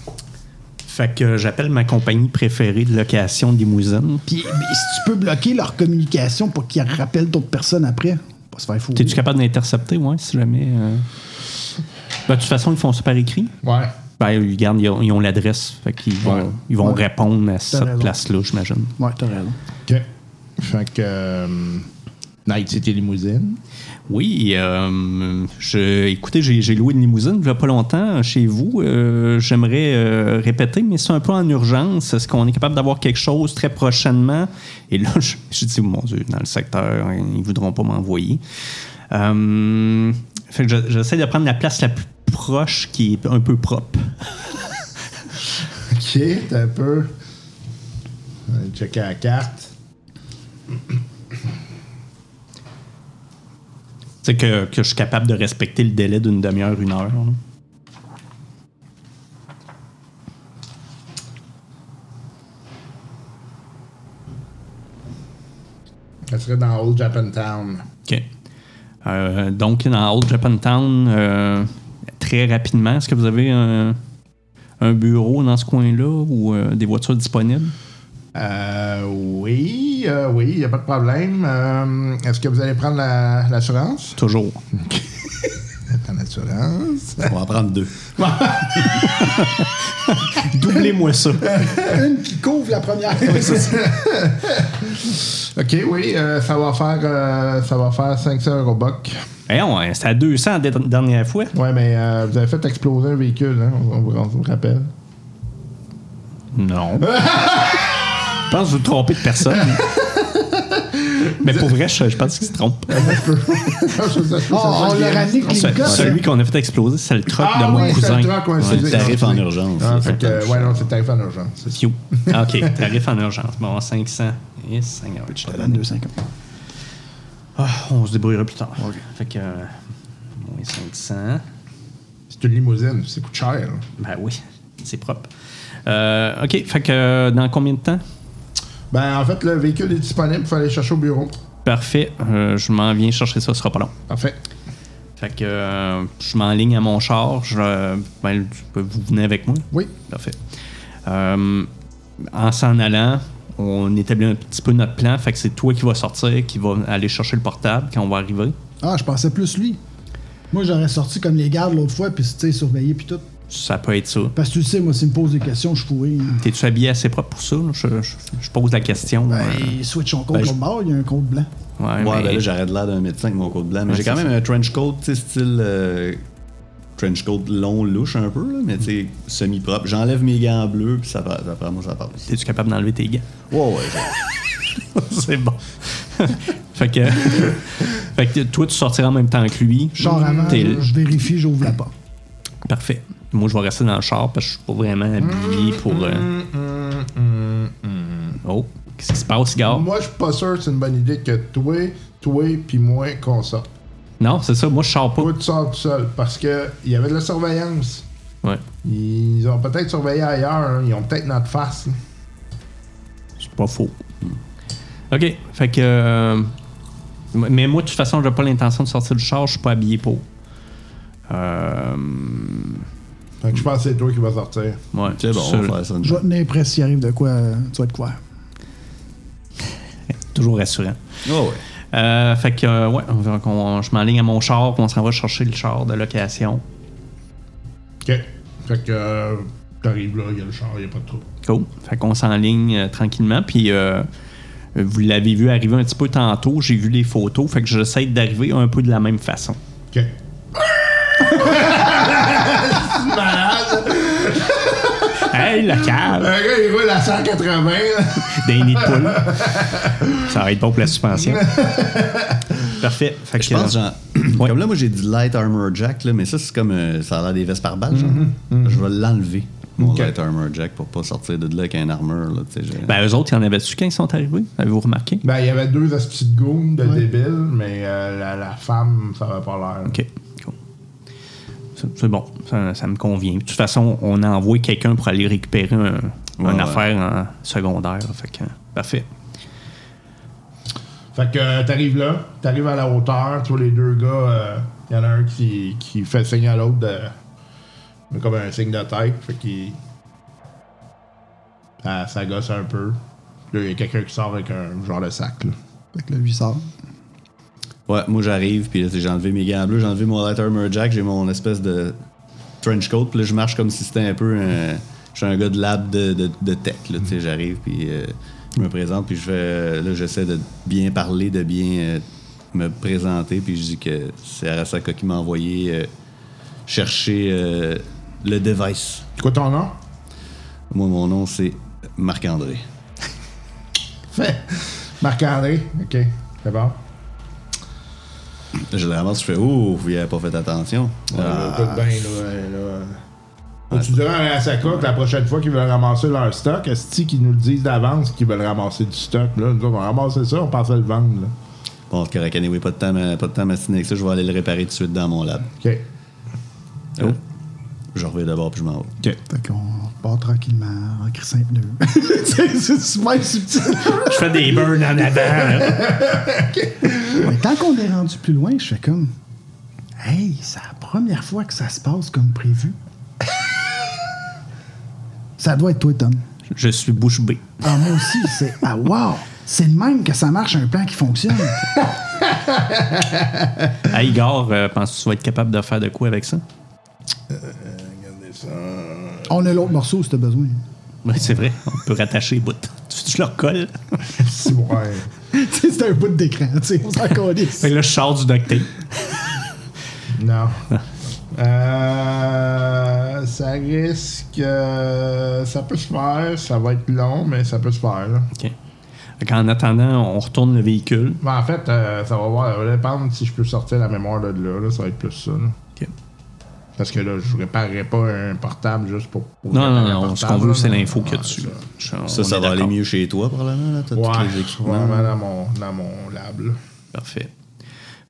S5: Fait que euh, j'appelle ma compagnie préférée de location de limousine.
S7: Puis ben, si tu peux bloquer leur communication pour qu'ils rappellent d'autres personnes après, pas se faire fou.
S5: T'es-tu capable d'intercepter, ouais, si jamais. euh? Ben, de toute façon, ils font ça par écrit.
S2: Ouais.
S5: Ben, ils gardent, ils ont, ils ont l'adresse. Fait qu'ils vont,
S2: Ouais.
S5: ils vont répondre à cette
S7: raison.
S5: place-là, j'imagine.
S7: Ouais, t'as raison.
S2: OK. Fait que. euh, Night City Limousine.
S5: Oui, euh, je, écoutez, j'ai, j'ai loué une limousine il n'y a pas longtemps chez vous. Euh, j'aimerais euh, répéter, mais c'est un peu en urgence. Est-ce qu'on est capable d'avoir quelque chose très prochainement? Et là, je, je dis, mon Dieu, dans le secteur, hein, ils ne voudront pas m'envoyer. Euh, fait que je- j'essaie de prendre la place la plus proche qui est un peu propre.
S2: OK, t'as un peu. On va aller checker la carte.
S5: C'est que, que je suis capable de respecter le délai d'une demi-heure, une heure. là.
S2: Ça serait dans Old Japantown.
S5: OK. Euh, donc, dans Old Japantown, euh, très rapidement, est-ce que vous avez un, un bureau dans ce coin-là ou euh, des voitures disponibles?
S3: Euh, oui, euh, oui, il n'y a pas de problème. Euh, Est-ce que vous allez prendre la- l'assurance?
S5: Toujours.
S3: Prendre l'assurance.
S4: On va en prendre deux.
S5: Doublez-moi ça.
S8: Une qui couvre la première.
S3: OK, oui, euh, ça va faire euh, ça va faire 500 euros buck.
S5: Eh ouais, c'était à 200 la dernière fois.
S3: Ouais, mais euh, vous avez fait exploser un véhicule, hein, on, on vous- on vous rappelle.
S5: Non. Je pense que vous vous trompez de personne. Mais pour vrai, je, je pense qu'il se trompe.
S8: Oh, on l'a ramené avec
S5: Ce-
S8: les gosses.
S5: celui qu'on a fait exploser, c'est le truck
S3: Ah
S5: de mon
S3: oui, c'est
S5: cousin.
S3: le truck, ouais,
S5: Ouais.
S3: c'est-
S4: Tarif en urgence.
S3: Ah,
S4: ça
S3: fait que,
S4: tombe.
S3: ouais, non, c'est tarif en urgence.
S5: Phew. Ah, OK, tarif en urgence. Bon, 500. Et 500. Je te donne.
S7: 2,50.
S5: Ah, on se débrouillera plus tard. Fait que... euh, Moins 500.
S3: C'est une limousine, ça coûte cher. là.
S5: Ben oui, c'est propre. Euh, OK, fait que euh, dans combien de temps?
S3: Ben, en fait, le véhicule est disponible, il faut aller chercher au bureau.
S5: Parfait, euh, je m'en viens chercher ça, ce sera pas long.
S3: Parfait.
S5: Fait que euh, je m'enligne à mon char. Je, euh, ben, tu peux- vous venez avec moi?
S3: Oui.
S5: Parfait. Euh, en s'en allant, on établit un petit peu notre plan. Fait que c'est toi qui vas sortir, qui va aller chercher le portable quand on va arriver.
S8: Ah, je pensais plus lui. Moi, j'aurais sorti comme les gardes l'autre fois, puis tu sais, surveillé, puis tout.
S5: Ça peut être ça.
S8: Parce que tu le sais, moi, s'il me pose des questions, je hein. pourrais.
S5: T'es-tu habillé assez propre pour ça? là? Je, je- je pose la question.
S8: Ben,
S5: euh,
S8: il switch son compte au bord, il y a un compte blanc.
S5: ouais,
S4: Ouais,
S5: mais-
S4: ben là, j'arrête l'air d'un médecin avec mon code blanc. Mais
S5: Ouais,
S4: j'ai quand
S5: c'est
S4: même un trench coat, tu sais, style. euh, trench coat long, louche un peu, là, mais tu sais, semi-propre. J'enlève mes gants bleus, puis ça passe. Après moi, ça passe.
S5: T'es-tu capable d'enlever tes gants?
S4: Ouais, ouais. j'ai-
S5: c'est bon. fait que. fait que toi, tu sortiras en même temps que lui.
S8: Genre avant,
S5: Hmm, T'es-
S8: je, je vérifie, j'ouvre la porte.
S5: Parfait. Moi, je vais rester dans le char parce que je suis pas vraiment habillé pour. euh, Oh, qu'est-ce qui se passe, gars?
S3: Moi, je suis pas sûr que c'est une bonne idée que toi, toi, puis moi, qu'on sorte.
S5: Non, c'est ça. Moi, je sors pas.
S3: Toi, tu sors tout seul parce que il y avait de la surveillance.
S5: Ouais.
S3: Ils ont peut-être surveillé ailleurs, hein. ils ont peut-être notre face. là.
S5: C'est pas faux. Ok. Fait que. euh, Mais moi, de toute façon, j'ai pas l'intention de sortir du char. Je suis pas habillé pour. Euh.
S3: Fait que je pense que c'est toi qui vas sortir.
S5: Ouais.
S4: C'est bon, on
S5: seul.
S4: va faire ça.
S7: Je vais tenir prêt s'il arrive de quoi. euh, Tu vas être quoi?
S5: Toujours rassurant.
S4: Oh, ouais.
S5: Euh, fait que, euh, ouais, on verra qu'on- je m'enligne à mon char, puis on s'en va chercher le char de location.
S3: Ok. Fait que euh, t'arrives là, il y a le char, il y a pas de trou.
S5: Cool. Fait qu'on s'enligne euh, tranquillement. Puis euh, vous l'avez vu arriver un petit peu tantôt. J'ai vu les photos. Fait que j'essaie d'arriver un peu de la même façon.
S3: Ok.
S5: Hey, le
S3: Un
S5: cave!
S3: gars, il roule à 180. là.
S5: D'un nid de poule. Ça va être bon pour la suspension. Parfait. Fait que, euh,
S4: Je pense, genre.
S5: Ouais.
S4: Comme là, moi, j'ai du light armor jack, là, mais ça, c'est comme. euh, ça a l'air des vestes par balle, genre.
S5: Mm-hmm,
S4: Je vais l'enlever, mon
S3: Ok.
S4: light armor jack, pour pas sortir de là avec un armor, là, tu sais. j'ai-
S5: Ben, eux autres, il y en avait-tu quand ils sont arrivés? Avez-vous remarqué?
S3: Ben, il y avait deux astuces de goon de débiles, mais euh, la, la femme, ça avait pas l'air.
S5: OK. Cool. C'est- C'est bon. Ça, ça me convient. De toute façon, on a envoyé quelqu'un pour aller récupérer un, une
S4: Ouais, ouais.
S5: affaire en secondaire. Fait que, parfait.
S3: Fait que euh, t'arrives là, t'arrives à la hauteur, tu vois les deux gars, il y en a un qui, qui fait signe à l'autre de. comme un signe de tête, fait qu'il. Ça, ça gosse un peu. Là, il y a quelqu'un qui sort avec un genre de sac, là.
S7: Fait que là, lui il sort.
S4: Ouais, moi j'arrive, puis là, tu sais, j'ai enlevé mes gants bleus, j'ai enlevé mon light armor jack, j'ai mon espèce de trench coat, puis là, je marche comme si c'était un peu un. Je suis un gars de lab de, de, de tech, là, tu sais, j'arrive, puis euh, je me présente, puis je fais. Là, j'essaie de bien parler, de bien euh, me présenter, puis je dis que c'est Arasaka qui m'a envoyé euh, chercher euh, le device.
S3: C'est quoi ton nom?
S4: Moi, mon nom, c'est Marc-André.
S3: Fait. Marc-André, ok, c'est bon.
S4: Je le ramasse, je fais Oh, vous n'avez pas fait attention. Ah,
S3: Euh, écoute bien, là, ouais, là. Faut que tu diras à Asaka que la prochaine fois qu'ils veulent ramasser leur stock, est-ce qu'ils nous le disent d'avance qu'ils veulent ramasser du stock, là? Nous autres, on va ramasser ça, on pensait le vendre, là.
S4: Bon, c'est correct, anyway, pas de temps, à- pas de temps à m'assiner avec ça, je vais aller le réparer tout de suite dans mon lab.
S3: Ok.
S4: Je reviens d'abord puis je m'en vais.
S7: Fait qu'on repart tranquillement en crissant les pneus. c'est c'est super subtil.
S5: Je fais des burns en avant. hein. là.
S7: Ouais, tant qu'on est rendu plus loin, je fais comme. Hey, c'est la première fois que ça se passe comme prévu. ça doit être toi, Tom.
S5: Je suis bouche bée.
S9: Ah, moi aussi, c'est. Ah, wow! C'est de même que ça marche, un plan qui fonctionne.
S5: À Igor, euh, penses-tu que tu vas être capable de faire de quoi avec ça?
S3: Regardez ça.
S9: On a l'autre morceau si t'as besoin.
S5: Ouais, Ben, c'est vrai, on peut rattacher les bouts. Tu, tu leur colles.
S7: Si, ouais.
S9: Tu sais, c'est un bout d'écran, tu sais, on s'en calisse.
S5: Fait que là, je sors du duct tape.
S10: Non.
S3: Euh, ça risque. euh, ça peut se faire. Ça va être long, mais ça peut se faire. là.
S5: OK. Fait qu'en attendant, on retourne le véhicule.
S3: Ben, en fait, euh, ça va voir. Ça va dépendre si je peux sortir la mémoire de là. là, ça va être plus ça. là.
S5: OK.
S3: Parce que là, je réparerai pas un portable juste pour. pour
S5: Non, non,
S3: réparer un
S5: non, ce qu'on
S3: portable,
S5: veut,
S3: là,
S5: c'est
S3: non.
S5: l'info qu'il y a
S3: Ouais,
S5: dessus.
S3: ça.
S5: Je- on
S4: Ça, ça
S5: est
S4: va aller
S5: d'accord.
S4: mieux chez toi, probablement. Là. T'as tous les
S3: Ouais,
S4: équipements.
S3: vraiment dans mon, dans mon lab. là.
S5: Parfait.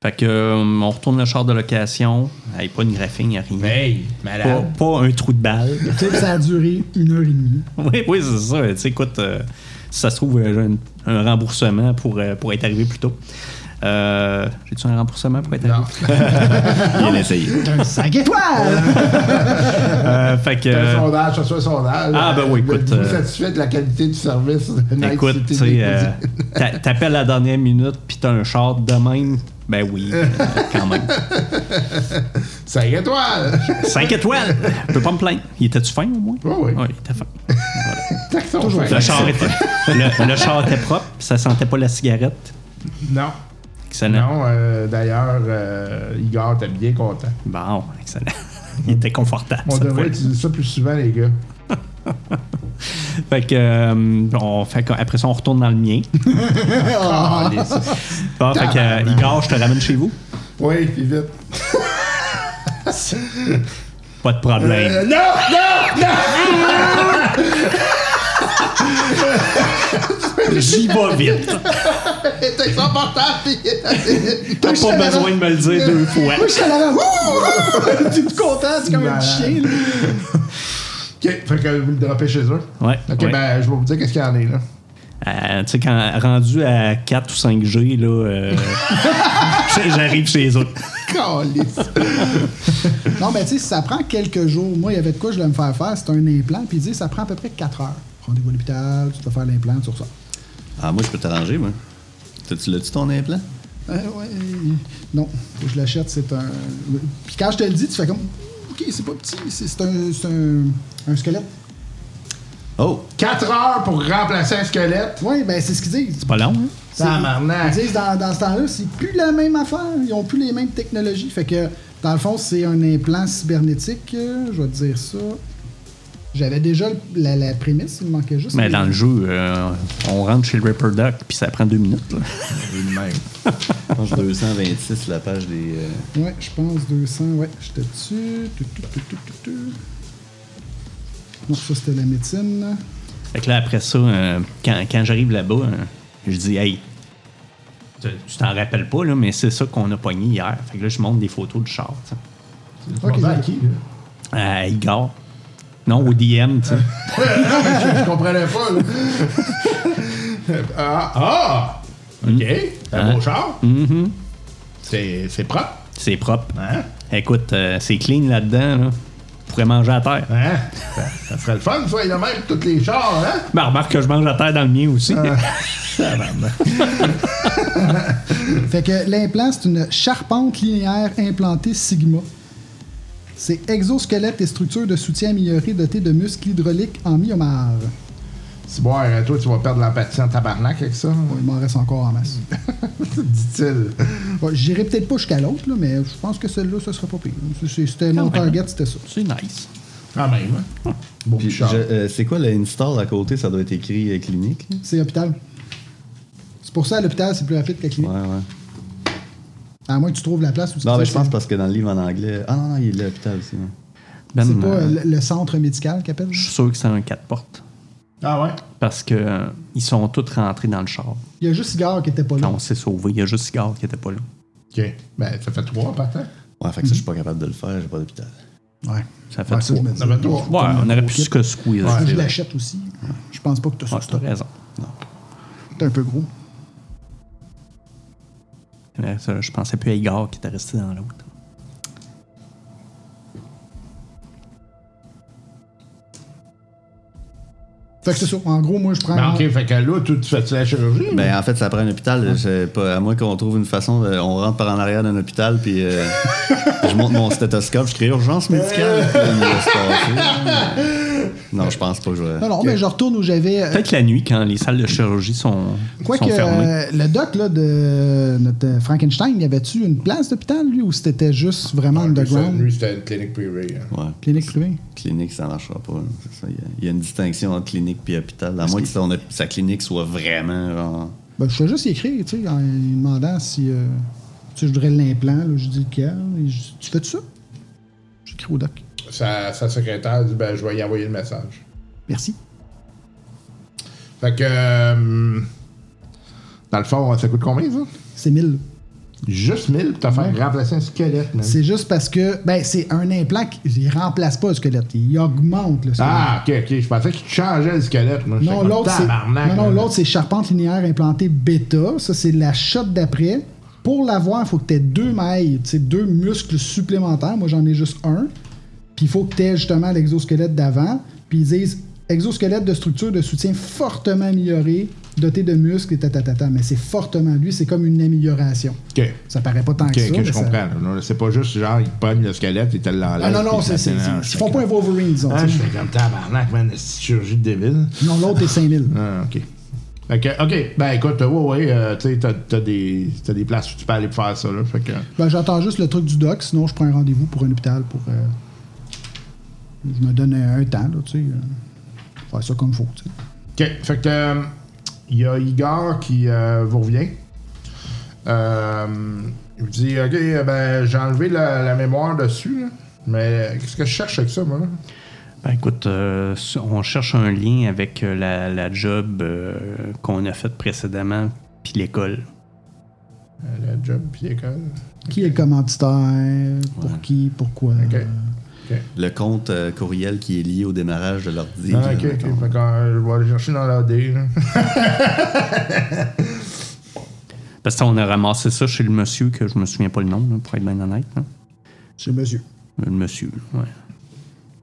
S5: Fait que, euh, on retourne le char de location. Hey, pas une graphine, y a rien.
S3: Hey,
S5: pas,
S3: malade.
S5: pas un trou de balle.
S9: Tu sais, ça a duré une heure et demie.
S5: oui, oui, c'est ça. Tu sais, écoute, euh, si ça se trouve, euh, j'ai un, un remboursement pour, euh, pour être arrivé plus tôt. Euh, J'ai-tu un remboursement pour être arrivé plus tôt?
S4: Bien essayé.
S9: Un 5 étoiles!
S5: Euh, fait que,
S3: Un
S5: euh,
S3: sondage, ça soit un sondage.
S5: Ah, ben oui, écoute,
S3: Êtes-vous
S5: euh,
S3: satisfait de la qualité du service de Night
S5: Écoute, tu
S3: City
S5: sais,
S3: Deposit?
S5: euh, t'a- t'appelles à la dernière minute, puis t'as un char de même. Ben oui, euh, quand même.
S3: Cinq étoiles!
S5: 5 étoiles! Je peux pas me plaindre. Il était-tu fin au moins?
S3: Oui, oui.
S5: Oui, il était fin.
S3: Taxon cinq.
S5: Le char était, le, le char était propre, ça sentait pas la cigarette.
S3: Non.
S5: Excellent.
S3: Non, euh, d'ailleurs, euh, Igor, t'es bien content.
S5: Bon, excellent. Il était confortable.
S3: On
S5: cette
S3: devrait
S5: fois-là.
S3: utiliser ça plus souvent, les gars.
S5: Fait que, euh, on fait que- après ça, on retourne dans le mien. Bon, fait que, euh, Igor, je te ramène chez vous.
S3: Oui, puis vite.
S5: Pas de problème.
S3: Euh, non, non, Euh,
S5: J'y vais vite.
S3: non! T'es sans portable, puis...
S5: T'as pas besoin de me le dire deux fois.
S9: T'es tout content, c'est comme un petit chien. là.
S3: OK, fait que vous le dropez chez eux.
S5: Ouais.
S3: OK,
S5: ouais.
S3: ben, je vais vous dire qu'est-ce qu'il y en a, là.
S5: Euh, tu sais, quand rendu à 4 ou 5G, là, euh, j'arrive chez les autres.
S3: Calice.
S7: Non, mais tu sais, si ça prend quelques jours, moi, il y avait de quoi je voulais me faire faire, c'était un implant, puis il dit, ça prend à peu près 4 heures. Rendez-vous à l'hôpital, tu te fais faire l'implant, tu ressors.
S4: Ah, moi, je peux t'arranger, moi. T'as-tu l'as-tu ton implant?
S7: Euh, ouais, euh, non, faut que je l'achète, c'est un. euh, Puis quand je te le dis, tu fais comme, ok, c'est pas petit, c'est c'est un, c'est un, un squelette.
S4: Oh!
S3: 4 heures pour remplacer un squelette.
S7: Ouais, ben c'est ce qu'ils disent.
S5: Pas long, hein?
S3: Tabarnak.
S7: Ils disent dans, dans ce temps-là, c'est plus la même affaire. Ils ont plus les mêmes technologies. Fait que, dans le fond, c'est un implant cybernétique. euh, Je vais te dire ça. J'avais déjà le- la, la prémisse, il me manquait juste.
S5: Mais dans le jeu, euh, on rentre chez le Ripper Duck, puis ça prend deux minutes. là.
S4: Je pense 226 la page des. euh,
S7: Ouais, je pense 200. Ouais, j'étais dessus. Tu, tu, tu, tu, tu, tu. Non, ça c'était la médecine.
S5: Fait que là, après ça, euh, quand, quand j'arrive là-bas, euh, je dis, hey, tu tu t'en rappelles pas, là, mais c'est ça qu'on a pogné hier. Fait que là, je montre des photos du char, tu sais.
S7: Ok,
S3: Bon, ben, à qui, là?
S5: À Igor. Non, au DM, tu sais.
S3: Je comprenais pas, là. ah! ah!
S5: Mm.
S3: OK. C'est
S5: Ah.
S3: un beau char.
S5: Mm-hmm.
S3: C'est c'est propre.
S5: C'est propre.
S3: Hein?
S5: Écoute, euh, c'est clean là-dedans, là. On pourrait manger à terre.
S3: Hein? Ça, ça serait le fun, ça, il a même tous les chars, hein?
S5: Ben, remarque que je mange à terre dans le mien aussi.
S7: Fait que l'implant, c'est une charpente linéaire implantée Sigma. C'est exosquelette et structure de soutien améliorée dotée de muscles hydrauliques en myomar.
S3: C'est bon, euh, toi, tu vas perdre l'empathie en tabarnak avec ça,
S7: Il m'en reste encore en masse.
S3: dit-il.
S7: Bon, J'irai peut-être pas jusqu'à l'autre, là, mais je pense que celle-là, ce sera pas pire. C'est- c'est- C'était mon
S5: Quand même.
S7: target, c'était ça.
S5: c'est nice.
S2: Ah,
S3: Quand
S2: ben,
S3: même, hein? Beau
S4: puis
S3: petit char.
S4: je- euh, c'est quoi l'install à côté? Ça doit être écrit euh, clinique. là.
S7: C'est hôpital. C'est pour ça, à l'hôpital, c'est plus rapide qu'à la clinique.
S4: Ouais, ouais.
S7: À moins que tu trouves la place où tu
S4: Non,
S7: te
S4: mais
S7: fais-
S4: je pense parce que dans le livre en anglais. Ah non, non, il est là, à l'hôpital aussi. hein.
S5: Ben,
S7: C'est pas
S5: euh,
S7: euh, le, le centre médical qui appelle.
S5: je suis sûr que c'est un 4 portes.
S3: Ah ouais?
S5: Parce que euh, ils sont tous rentrés dans le char.
S7: Il y a juste Igor qui était pas
S5: Quand
S7: là.
S5: on s'est sauvé, il y a juste Igor qui était pas là.
S3: OK. Ben, ça fait trois, partant.
S4: Ouais, fait que ça, je suis pas capable de le faire, j'ai pas d'hôpital.
S7: Ouais.
S5: Ça fait
S7: Ouais, ça, je
S5: trois.
S7: me
S5: Ouais,
S7: dis.
S3: Ça fait trois.
S5: on aurait pu se que squeeze.
S7: Faut que
S5: c'est
S7: je
S5: vrai.
S7: l'achète aussi. Je pense pas que tu
S5: Ouais,
S7: as
S5: t'as raison. Non.
S7: T'es un peu gros.
S5: Mais Euh, ça, je pensais plus à Igor qui était resté dans l'autre.
S7: Euh,
S3: Fait que c'est ça. En gros, moi, je
S7: Ah
S3: prends.
S2: Ben, ok, fait que là, tu tu fais la chirurgie.
S4: Ben, en fait, ça prend un hôpital. c'est Pas, à moins qu'on trouve une façon, de- on rentre par en arrière d'un hôpital, puis euh, je monte mon stéthoscope, je crée urgence médicale. puis il va se passer, là, mais- non, je pense pas que je vais.
S7: Non, non, mais je retourne où j'avais. euh,
S5: Peut-être la nuit, quand les salles de chirurgie sont,
S7: Quoique
S5: sont fermées.
S7: euh, le doc là, de notre euh, Frankenstein, y avait-tu une place d'hôpital, lui, ou c'était juste vraiment underground?
S2: Ah, Lui, c'était une clinique privée. hein.
S4: Ouais.
S7: Clinique privée.
S4: Clinique, ça marchera pas. là. C'est ça, Il y a- il y, a une distinction entre clinique et hôpital. À moins que son- sa clinique soit vraiment genre.
S7: Ben, je fais juste y écrire, tu sais, en lui demandant si, euh, tu sais, je voudrais l'implant, là, je dis lequel. et je- tu fais ça? J'écris au doc.
S2: Sa, sa secrétaire dit ben, je vais y envoyer le message.
S7: Merci.
S2: Fait que. euh, dans le fond, ça coûte combien, ça
S7: C'est 1000.
S2: Ah Juste 1000 pour te faire remplacer un squelette, man.
S7: C'est juste parce que, ben, c'est un implant qui il remplace pas le squelette, il augmente le squelette.
S2: Ah, ok, ok. Je pensais qu'il te changeait le squelette, moi. J'étais
S7: Non,
S2: comme,
S7: l'autre, c'est,
S2: tabarnak,
S7: non, non,
S2: man.
S7: l'autre, c'est charpente linéaire implantée bêta. Ça, c'est la shot d'après. Pour l'avoir, il faut que tu aies deux mailles, tu sais, deux muscles supplémentaires. Moi, j'en ai juste un. Puis il faut que tu aies justement l'exosquelette d'avant. Puis ils disent exosquelette de structure de soutien fortement améliorée, doté de muscles et tatatata. Mais c'est fortement, lui, c'est comme une amélioration.
S2: Ok.
S7: Ça paraît pas tant
S2: Ok,
S7: que ça.
S2: que
S7: mais
S2: je
S7: ça-
S2: comprends. là. Non, C'est pas juste genre, il pogne le squelette et te l'enlève.
S7: Ah non, non,
S2: puis
S7: c'est, c'est,
S2: maintenant,
S7: c'est-
S2: je
S7: ils font
S2: fais
S7: pas un Wolverine, disons.
S2: comme- Ah,
S7: tu sais.
S2: je fais comme tabarnak, man, c'est chirurgie de débile.
S7: Non, l'autre est 5000.
S2: Ah, ok. Fait que, ok, ben écoute, ouais, ouais, euh, tu sais, t'as- t'as des, t'as des places où tu peux aller pour faire ça, là. Fait que.
S7: Ben, j'attends juste le truc du doc, sinon je prends un rendez-vous pour un hôpital pour. euh, je me donne un, un temps, là, tu sais. euh, faire ça comme faut, tu sais.
S2: OK. Fait que euh, il y a Igor qui euh, vous revient. Euh, il vous dit OK, euh, ben j'ai enlevé la, la mémoire dessus, là. Mais qu'est-ce que je cherche avec ça, moi? là?
S5: Ben, écoute, euh, on cherche un lien avec euh, la, la job euh, qu'on a faite précédemment, puis l'école.
S2: Euh, La job puis l'école.
S7: Qui est le commanditaire? Pour qui? Pourquoi?
S2: OK.
S7: euh,
S4: Le compte euh, courriel qui est lié au démarrage de l'ordi.
S2: Ah,
S4: là,
S2: ok, ok.
S4: mettons.
S2: Fait que euh, je vais aller chercher dans la D. là.
S5: Parce que on a ramassé ça chez le monsieur, que je me souviens pas le nom, là, pour être bien honnête. là.
S7: Chez monsieur.
S5: Le monsieur, là, ouais.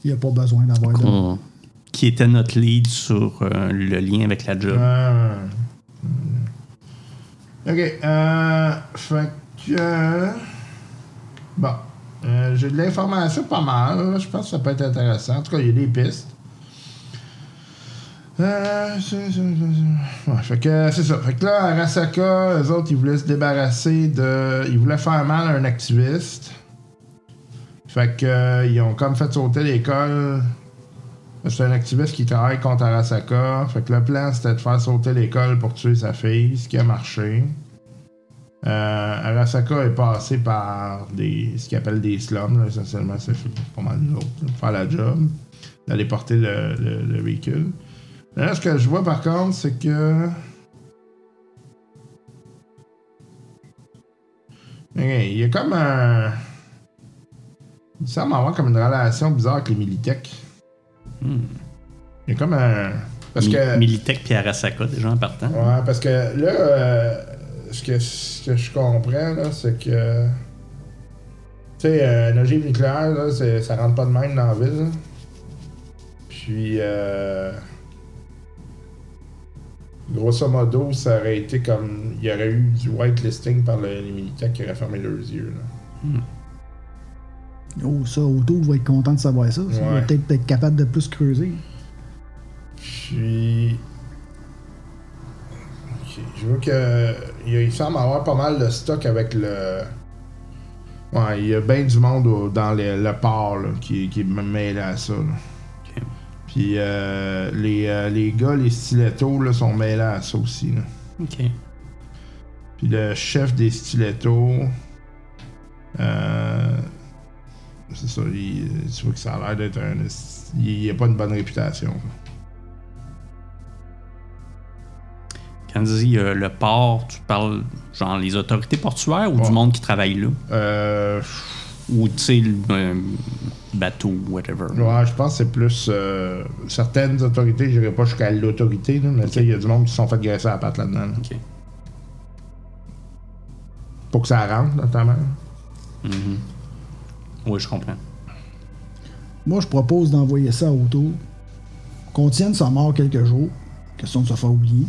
S7: Il n'y a pas besoin d'avoir de.
S5: Qu'on- qui était notre lead sur euh, le lien avec la job.
S2: Ah. Hmm. Ok. Euh, fait que. euh, Bon. Euh, J'ai de l'information pas mal. là. Je pense que ça peut être intéressant. En tout cas, il y a des pistes. Euh, c'est- c'est- c'est- ouais, fait que c'est ça. Fait que là, à Rasaka, eux autres, ils voulaient se débarrasser de. Ils voulaient faire mal à un activiste. Fait que euh, ils ont comme fait sauter l'école c'est un activiste qui travaille contre Arasaka. Fait que le plan, c'était de faire sauter l'école pour tuer sa fille, ce qui a marché. Euh, Arasaka est passé par des, ce qu'ils appellent des slums, là, essentiellement, c'est pas mal nous autres, là, pour faire la job, d'aller porter le, le- le véhicule. Là, ce que je vois par contre, c'est que. Ok, il y a comme un. Il semble avoir comme une relation bizarre avec les Militech.
S5: Hmm.
S2: Il y a comme un. Parce
S5: Mi-
S2: que.
S5: Militech puis Arasaka, déjà en partant.
S2: Ouais, parce que là, euh, ce, que, ce que je comprends, là, c'est que. Tu sais, euh, une ogive nucléaire, là, c'est- ça rentre pas de même dans la ville. là. Puis. euh, grosso modo, ça aurait été comme. Il y aurait eu du whitelisting par le- les militaires qui auraient fermé leurs yeux. Là.
S7: Oh, ça, Auto va être content de savoir ça. ça. Il va
S2: Ouais.
S7: peut-être être capable de plus creuser.
S2: Puis. Ok, Je vois que. Il il semble avoir pas mal de stock avec le. Ouais, il y a bien du monde au- dans le, le port là, qui, qui est mêlé à ça. là.
S5: Ok.
S2: Puis euh, les, euh, les gars, les stilettos là, sont mêlés à ça aussi. là.
S5: OK.
S2: Puis le chef des stilettos. euh, c'est ça, il, tu vois que ça a l'air d'être un. esti- Il n'y a pas une bonne réputation.
S5: Quand tu dis euh, le port, tu parles genre les autorités portuaires ou du
S2: Ouais.
S5: monde qui travaille là?
S2: Euh,
S5: Ou tu sais, le euh, bateau, whatever.
S2: Ouais, je pense que c'est plus euh, certaines autorités, je pas jusqu'à l'autorité, là, mais tu sais, il y a du monde qui se sont fait graisser à la patte là-dedans. là.
S5: Ok.
S2: Pour que ça rentre, notamment.
S5: Oui, je comprends.
S7: Moi, je propose d'envoyer ça à Auto. qu'on tienne sa mort quelques jours, question de se faire oublier,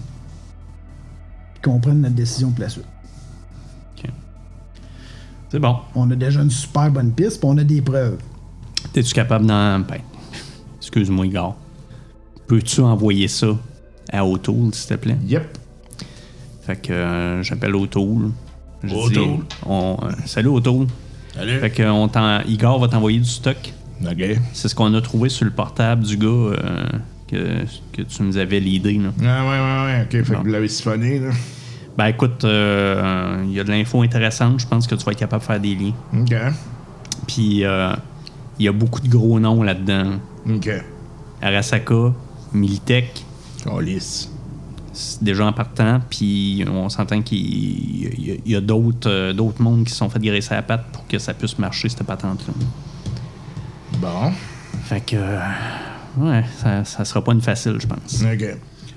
S7: puis qu'on prenne notre décision pour la suite.
S5: C'est bon.
S7: On a déjà une super bonne piste, puis on a des preuves.
S5: T'es-tu capable d'en. Ben, excuse-moi, Igor. Peux-tu envoyer ça à O'Toole, s'il te plaît?
S3: Yep.
S5: Fait que euh, j'appelle O'Toole. Je dis,
S4: O'Toole.
S5: on, euh, salut O'Toole.
S4: Salut.
S5: Fait que euh, on t'en- Igor va t'envoyer du stock.
S3: OK.
S5: C'est ce qu'on a trouvé sur le portable du gars euh, que, que tu nous avais l'idée. Là.
S3: Ah, ouais, ouais, ouais. OK. Fait que vous l'avez siphonné, là.
S5: Ben écoute, euh, il y a de l'info intéressante. Je pense que tu vas être capable de faire des liens.
S3: OK.
S5: Puis euh, il y a beaucoup de gros noms là-dedans.
S3: OK.
S5: Arasaka, Militech,
S3: Oh, lisse.
S5: c'est déjà en partant. Puis on s'entend qu'il il y a- il y a d'autres, euh, d'autres mondes qui se sont fait graisser la patte pour que ça puisse marcher, cette patente-là.
S3: Bon.
S5: Fait que. euh, Ouais, ça, ça sera pas une facile, je pense.
S3: OK.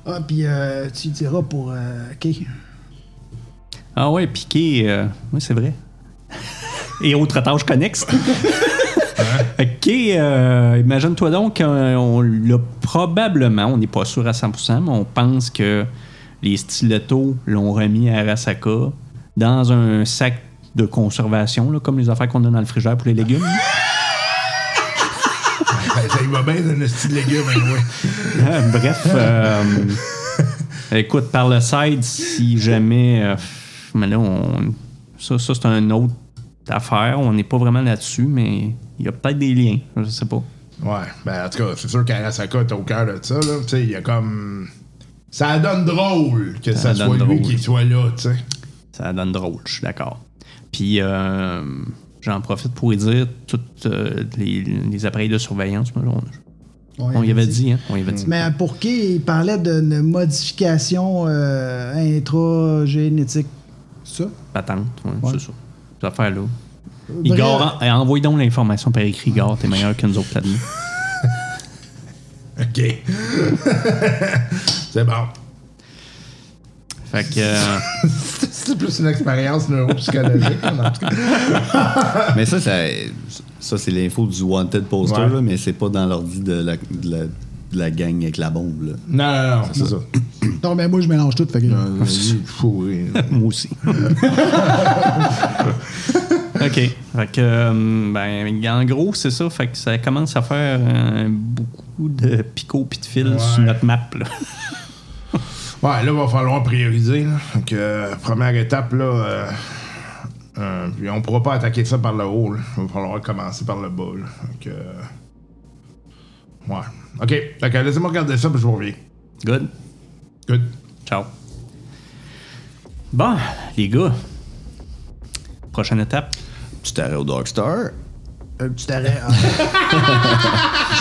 S7: Ah, puis euh, tu diras pour. euh, OK.
S5: Ah ouais, piqué, euh, oui, c'est vrai. Et autres tâches connexes. ok, euh, imagine-toi donc, euh, on l'a probablement, on n'est pas sûr à 100%, mais on pense que les stilettos l'ont remis à Arasaka dans un sac de conservation, là, comme les affaires qu'on a dans le frigère pour les légumes.
S3: Ça y va bien d'un style de légumes, hein, ouais.
S5: Euh, Bref, euh, écoute, par le side, si jamais. euh, mais là, on, ça, ça c'est une autre affaire. On n'est pas vraiment là-dessus, mais il y a peut-être des liens. Je sais pas.
S3: Ouais, ben en tout cas, c'est sûr qu'Arasaka est au cœur de ça, là. Tu sais, il y a comme. Ça donne drôle que ça,
S5: Ça
S3: soit
S5: donne
S3: lui
S5: drôle.
S3: qui soit là, tu sais.
S5: Ça donne drôle, je suis d'accord. Puis, euh, j'en profite pour y dire toutes euh, les, les appareils de surveillance. moi, on,
S7: On
S5: on y avait dit, hein? On y avait dit.
S11: euh,
S7: Mais pour qui il parlait d'une modification euh, intragénétique. C'est Ça?
S5: Patente, ouais, c'est ça. Ces affaires-là.
S7: Bref.
S5: Igor, en- eh, envoie donc l'information par écrit, Igor. T'es meilleur que nous autres là-dedans.
S3: OK. c'est bon.
S5: Fait que. euh,
S3: C'est plus une expérience neuropsychologique, en tout cas.
S4: Mais ça, ça, ça, c'est l'info du wanted poster,
S3: Ouais.
S4: là, mais c'est pas dans l'ordi de la, de, la, de la gang avec la bombe. Là.
S3: Non, non, non, c'est ça.
S11: Non, mais moi, je mélange tout. Fait que...
S3: Euh, il faut, oui.
S5: Moi aussi. OK. Fait que, euh, ben, en gros, c'est ça. Fait que ça commence à faire euh, beaucoup de picots pis de fils sur notre map. là.
S3: Ouais, là, il va falloir prioriser. Là. Fait que, euh, première étape, là, euh, euh, puis on pourra pas attaquer ça par le haut. Là. Il va falloir commencer par le bas. Là. Fait que, euh, ouais. OK, fait que laissez-moi regarder ça, puis je vous reviens.
S5: Good.
S3: Good.
S5: Ciao. Bon, les gars. Prochaine étape.
S4: Tu t'arrêtes au Dark Star.
S7: Un petit arrêt. hein.
S11: Ah.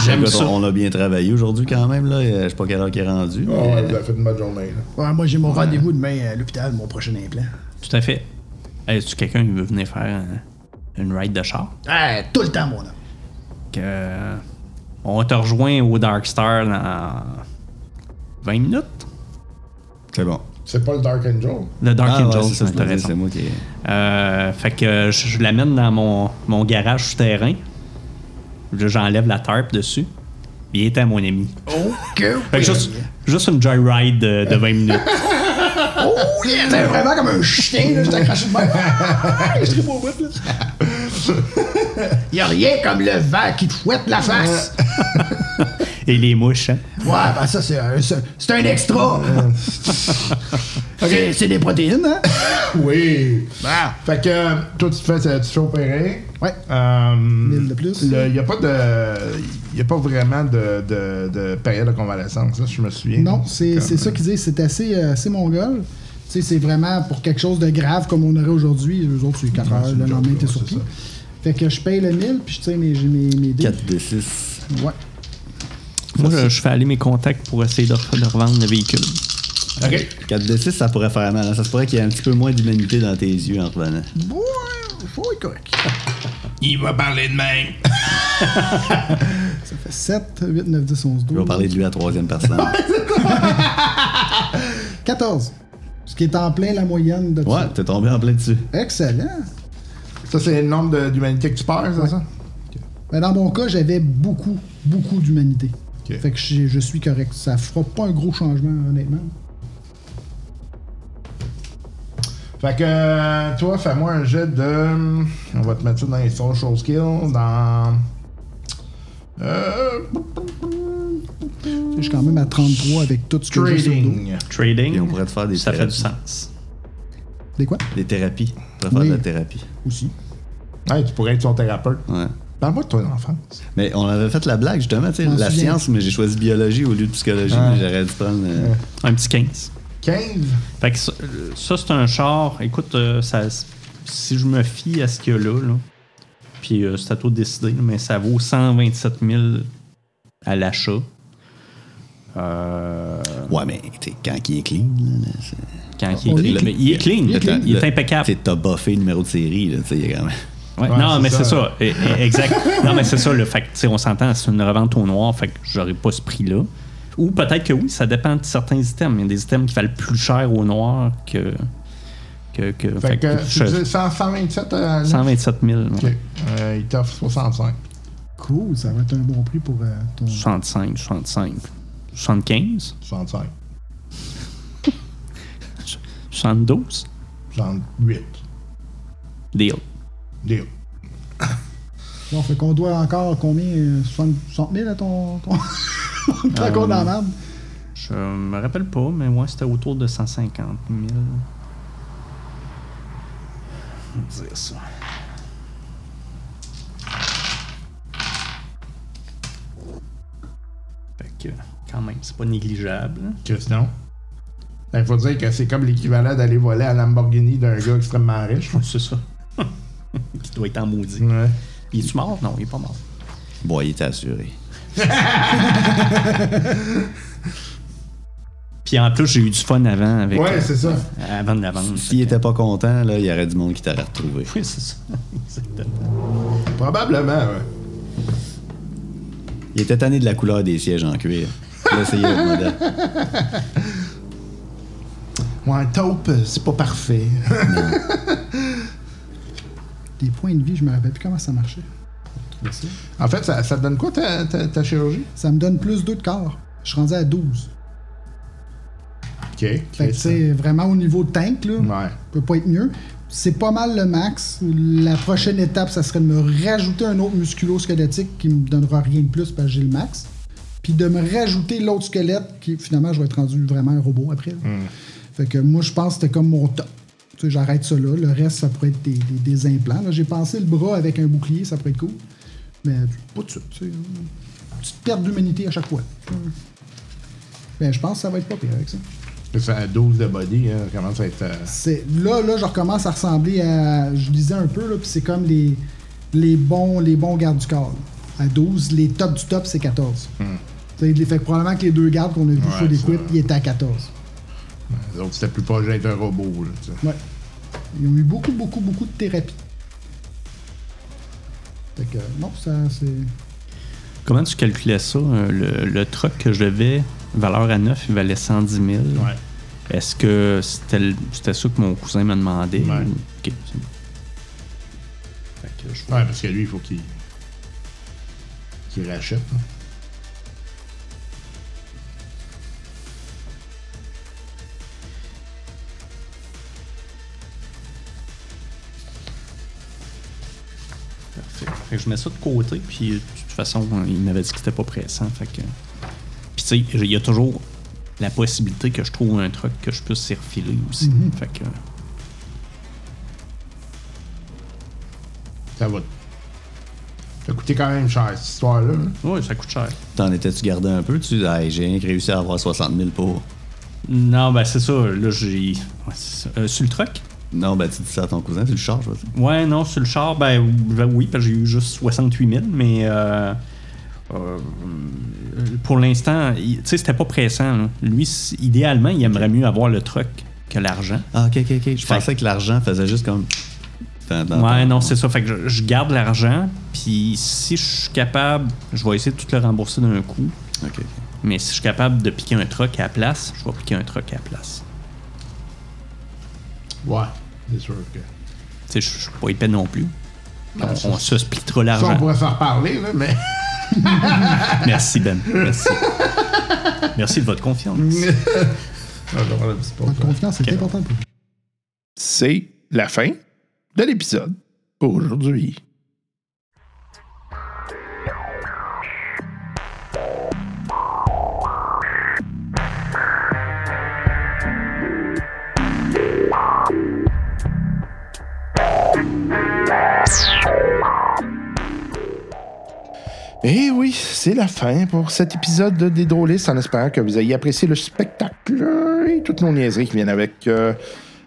S5: J'aime
S4: Écoute,
S5: ça.
S4: on, on a bien travaillé aujourd'hui quand même. Là. Euh, Je sais pas quelle heure qui est rendue. mais-
S3: Ah vous avez fait une bonne journée.
S7: Ouais, moi, j'ai mon rendez-vous demain à l'hôpital, mon prochain implant.
S5: Tout à fait. Est-ce que quelqu'un qui veut venir faire euh, une ride de char?
S7: Ah, tout le temps, mon homme.
S5: que, euh, on te rejoint au Dark Star dans 20 minutes.
S4: C'est bon.
S3: C'est pas le Dark Angel.
S5: Le Dark
S4: Ah, ouais,
S5: Angel,
S4: c'est ça,
S5: c'est
S4: je me disais,
S5: intéressant.
S4: c'est moi qui.
S5: Euh, fait que je, je l'amène dans mon, mon garage souterrain. Là, J'enlève la tarp dessus. Il est à mon ami.
S7: OK.
S5: Fait que juste, juste une joyride de, de 20 minutes.
S7: Oh, yeah, t'es vraiment comme un chien, là, je t'accroche de même. Ah, Je serai pas au bout, là. Y a rien comme le vent qui te fouette
S4: Euh,
S7: la face.
S5: Et les mouches, hein?
S7: Ouais,
S11: Ah,
S7: ben ça, c'est
S11: euh,
S7: un, c'est- c'est un extra. C'est- C'est des protéines, hein?
S3: Oui. Ah. Fait que, euh, toi, tu te fais, euh, tu te fais opérer.
S7: Ouais.
S3: Euh,
S7: Mille de plus.
S3: Il n'y a pas de. Il a pas vraiment de, de- de période de convalescence, là, je me souviens.
S11: Non, c'est c'est ça qu'ils disent. C'est assez, euh, assez mongol. Tu sais, c'est vraiment pour quelque chose de grave comme on aurait aujourd'hui. Eux autres, c'est 4 heures,
S3: c'est
S11: le
S3: une
S11: lendemain,
S3: job,
S11: t'es
S3: ouais,
S11: sur
S3: c'est
S11: pied. Fait que je paye le 1000, puis je tire mes, j'ai mes, mes dés.
S4: 4 de 6.
S11: Ouais.
S5: Moi, je, je fais aller mes contacts pour essayer de, re- de revendre le véhicule.
S3: OK.
S4: 4 de 6, ça pourrait faire mal. hein. Ça se pourrait qu'il y ait un petit peu moins d'humanité dans tes yeux en revenant.
S7: Ouais, faut être correct.
S3: Il va parler de même.
S11: 7, 8, 9, 10, 11,
S4: Je vais
S11: 12.
S4: parler de lui à troisième personne.
S11: 14. Ce qui est en plein la moyenne de tout
S4: Ouais,
S11: ça.
S4: t'es tombé en plein dessus.
S11: Excellent.
S3: Ça, c'est le nombre de- d'humanité que tu perds, c'est ça?
S7: Ben,
S11: Mais dans mon cas, j'avais beaucoup, beaucoup d'humanité.
S4: Ok.
S7: Fait que je, je suis correct. Ça fera pas un gros changement, honnêtement.
S3: Fait que euh, toi, fais-moi un jet de. On va te mettre ça dans les social skills, dans. Euh,
S7: Je suis quand même à 33 avec tout ce que j'ai sur le dos.
S3: trading.
S5: Trading.
S4: Et on pourrait te faire des
S5: Ça fait du
S4: thérapies.
S5: sens.
S7: Des quoi?
S4: Des thérapies. On pourrait faire de la
S7: Oui.
S4: thérapie.
S7: Aussi.
S3: Ouais, tu pourrais être son thérapeute.
S4: Ouais.
S3: Parle-moi de ton enfance.
S4: Mais on avait fait la blague, justement, tu sais,
S7: m'en
S4: la
S7: souviens.
S4: science, mais j'ai choisi biologie au lieu de psychologie.
S3: Ouais.
S4: mais J'aurais dû prendre. euh,
S5: Un petit 15.
S3: 15.
S5: Fait que ça, euh, ça, c'est un char. Écoute, euh, ça, si je me fie à ce qu'il y a là, là, puis euh, c'est à toi de décider, là, mais ça vaut 127 000 à l'achat. Euh,
S4: Ouais, mais tu sais, quand il est clean, là, là, c'est-
S5: quand il, est
S4: le-
S5: clean. il est clean. Il est,
S4: le- le-
S5: impeccable.
S4: Tu sais, t'as buffé le numéro de série, là, tu sais, il est quand même.
S5: Ouais,
S3: Ouais,
S5: non,
S3: c'est
S5: mais
S3: ça.
S5: c'est ça. Et- et- Exact. non, mais c'est ça. Le fait que, tu sais, on s'entend, c'est une revente au noir. Fait que j'aurais pas ce prix-là. Ou peut-être que oui, ça dépend de certains items. Il y a des items qui valent plus cher au noir que. que, que
S3: Fait,
S5: fait
S3: que,
S5: que
S3: tu
S5: je-
S3: dis 100, 127. euh, là?
S5: 127 000. ouais.
S3: Ok. Euh, il t'offre 65.
S7: Cool, ça va être un bon prix pour euh, ton.
S5: 65, 65. 75,
S3: 65.
S5: 72.
S3: 68.
S5: Deal.
S3: Deal.
S7: Bon, fait qu'on doit encore combien euh, 60 60 000 à ton. ton...
S4: Ah,
S7: T'as encore dans la merde.
S5: Je me rappelle pas, mais moi, c'était autour de 150 000. On va dire ça. Fait que, quand même, c'est pas négligeable. hein.
S3: Christian.
S2: Ben,
S3: Il faut dire que c'est comme l'équivalent d'aller voler à Lamborghini d'un gars extrêmement riche.
S5: Ouais, c'est ça. Qui doit être en maudit.
S3: Ouais.
S5: Il est mort? Non, il est pas mort.
S4: Bon, il était assuré.
S5: Puis en plus, j'ai eu du fun avant avec.
S3: Ouais,
S5: euh,
S3: c'est ça.
S5: avant de la vendre.
S4: S'il était pas content, là, il y aurait du monde qui t'aurait retrouvé.
S5: Oui, c'est ça. Exactement.
S3: Probablement, ouais.
S4: Il était tanné de la couleur des sièges en cuir. Là, c'est le modèle.
S3: Ouais, taupe, euh, c'est pas parfait.
S7: Des points de vie, je me rappelle plus comment ça marchait. Trouver ça.
S3: en fait, ça, ça te donne quoi ta, ta, ta chirurgie?
S7: Ça me donne plus 2 de corps. Je suis rendu à 12.
S3: Ok.
S2: Ben,
S7: Fait que, tu sais, vraiment au niveau tank, là,
S3: Ouais.
S7: peut pas être mieux. C'est pas mal le max. La prochaine étape, ça serait de me rajouter un autre musculo-squelettique qui me donnera rien de plus parce que j'ai le max. Puis de me rajouter l'autre squelette qui, finalement, je vais être rendu vraiment un robot après. là. Fait que moi, je pense que c'était comme mon top. Tu sais, j'arrête ça là. Le reste, ça pourrait être des, des- des implants. là. J'ai pensé le bras avec un bouclier, ça pourrait être cool. Mais pas de suite, tu sais. Une Petite perte d'humanité à chaque fois. Ben, je pense que ça va être pas pire avec ça.
S3: C'est à 12 de body, hein, comment ça va être. euh,
S7: C'est- là, là, je recommence à ressembler à. Je lisais un peu, là, puis c'est comme les, les, bons, les bons gardes du corps. là. À 12, les tops du top, c'est 14.
S5: Hmm.
S7: Tu sais, fait que probablement que les deux gardes qu'on a vus sur
S3: Ouais,
S7: les
S3: ça-
S7: clips, ils étaient à 14.
S3: Les autres, c'était plus proche d'être un robot, là, tu sais.
S7: Ouais. Ils ont eu beaucoup, beaucoup, beaucoup de thérapie. Fait que, non, ça, c'est.
S5: Comment tu calculais ça? euh, Le, le truck que je devais, valeur à 9, il valait 110 000. Est-ce que c'était le- c'était ça que mon cousin me demandait?
S3: Ouais.
S5: Ou- ok, c'est bon. Fait que je-
S3: Ouais, parce que lui, il faut qu'il. qu'il rachète. hein.
S5: Parfait. Fait que je mets ça de côté, puis de toute façon, il m'avait dit que c'était pas pressant. Fait que... Puis tu sais, il y a toujours la possibilité que je trouve un truc que je puisse y refiler aussi. Fait que...
S3: Ça va. Ça a coûté quand même cher, cette histoire-là. hein.
S5: Ouais, ça coûte cher.
S4: T'en étais-tu gardé un peu? Tu dis, hey, j'ai rien que réussi à avoir 60 000 pour.
S5: Non, ben c'est ça. Là, j'ai... ouais, c'est ça. Euh, sur le truck?
S4: Non, ben, tu dis ça à ton cousin, tu le charges, vas-y.
S5: Ouais, non, sur le char, ben, ben oui, parce que j'ai eu juste 68 000, mais euh, euh, pour l'instant, il- tu sais, c'était pas pressant. là. Lui, s- idéalement, il aimerait mieux avoir le truck que l'argent.
S4: Ah, ok, ok, ok. Je
S5: Fait-
S4: pensais que l'argent faisait juste comme. Dans- dans-
S5: Ouais,
S4: dans-
S5: non, c'est ça. Fait que je, je garde l'argent, puis si je suis capable, je vais essayer de tout le rembourser d'un coup.
S4: Ok, ok.
S5: Mais si je suis capable de piquer un truck à la place, je vais piquer un truck à la place.
S3: Ouais, c'est sûr que.
S5: Tu sais, je je suis pas épais non plus. On, on se splittera
S2: Ça, on
S5: l'argent.
S2: pourrait faire parler, là, mais.
S5: Merci, Ben. Merci. Merci de votre confiance.
S6: Votre confiance, c'est
S5: Ok.
S6: important pour vous.
S2: C'est la fin de l'épisode pour aujourd'hui. Et Eh oui, c'est la fin pour cet épisode de Des Drôlistes, en espérant que vous ayez apprécié le spectacle et toutes nos niaiseries qui viennent avec. Euh,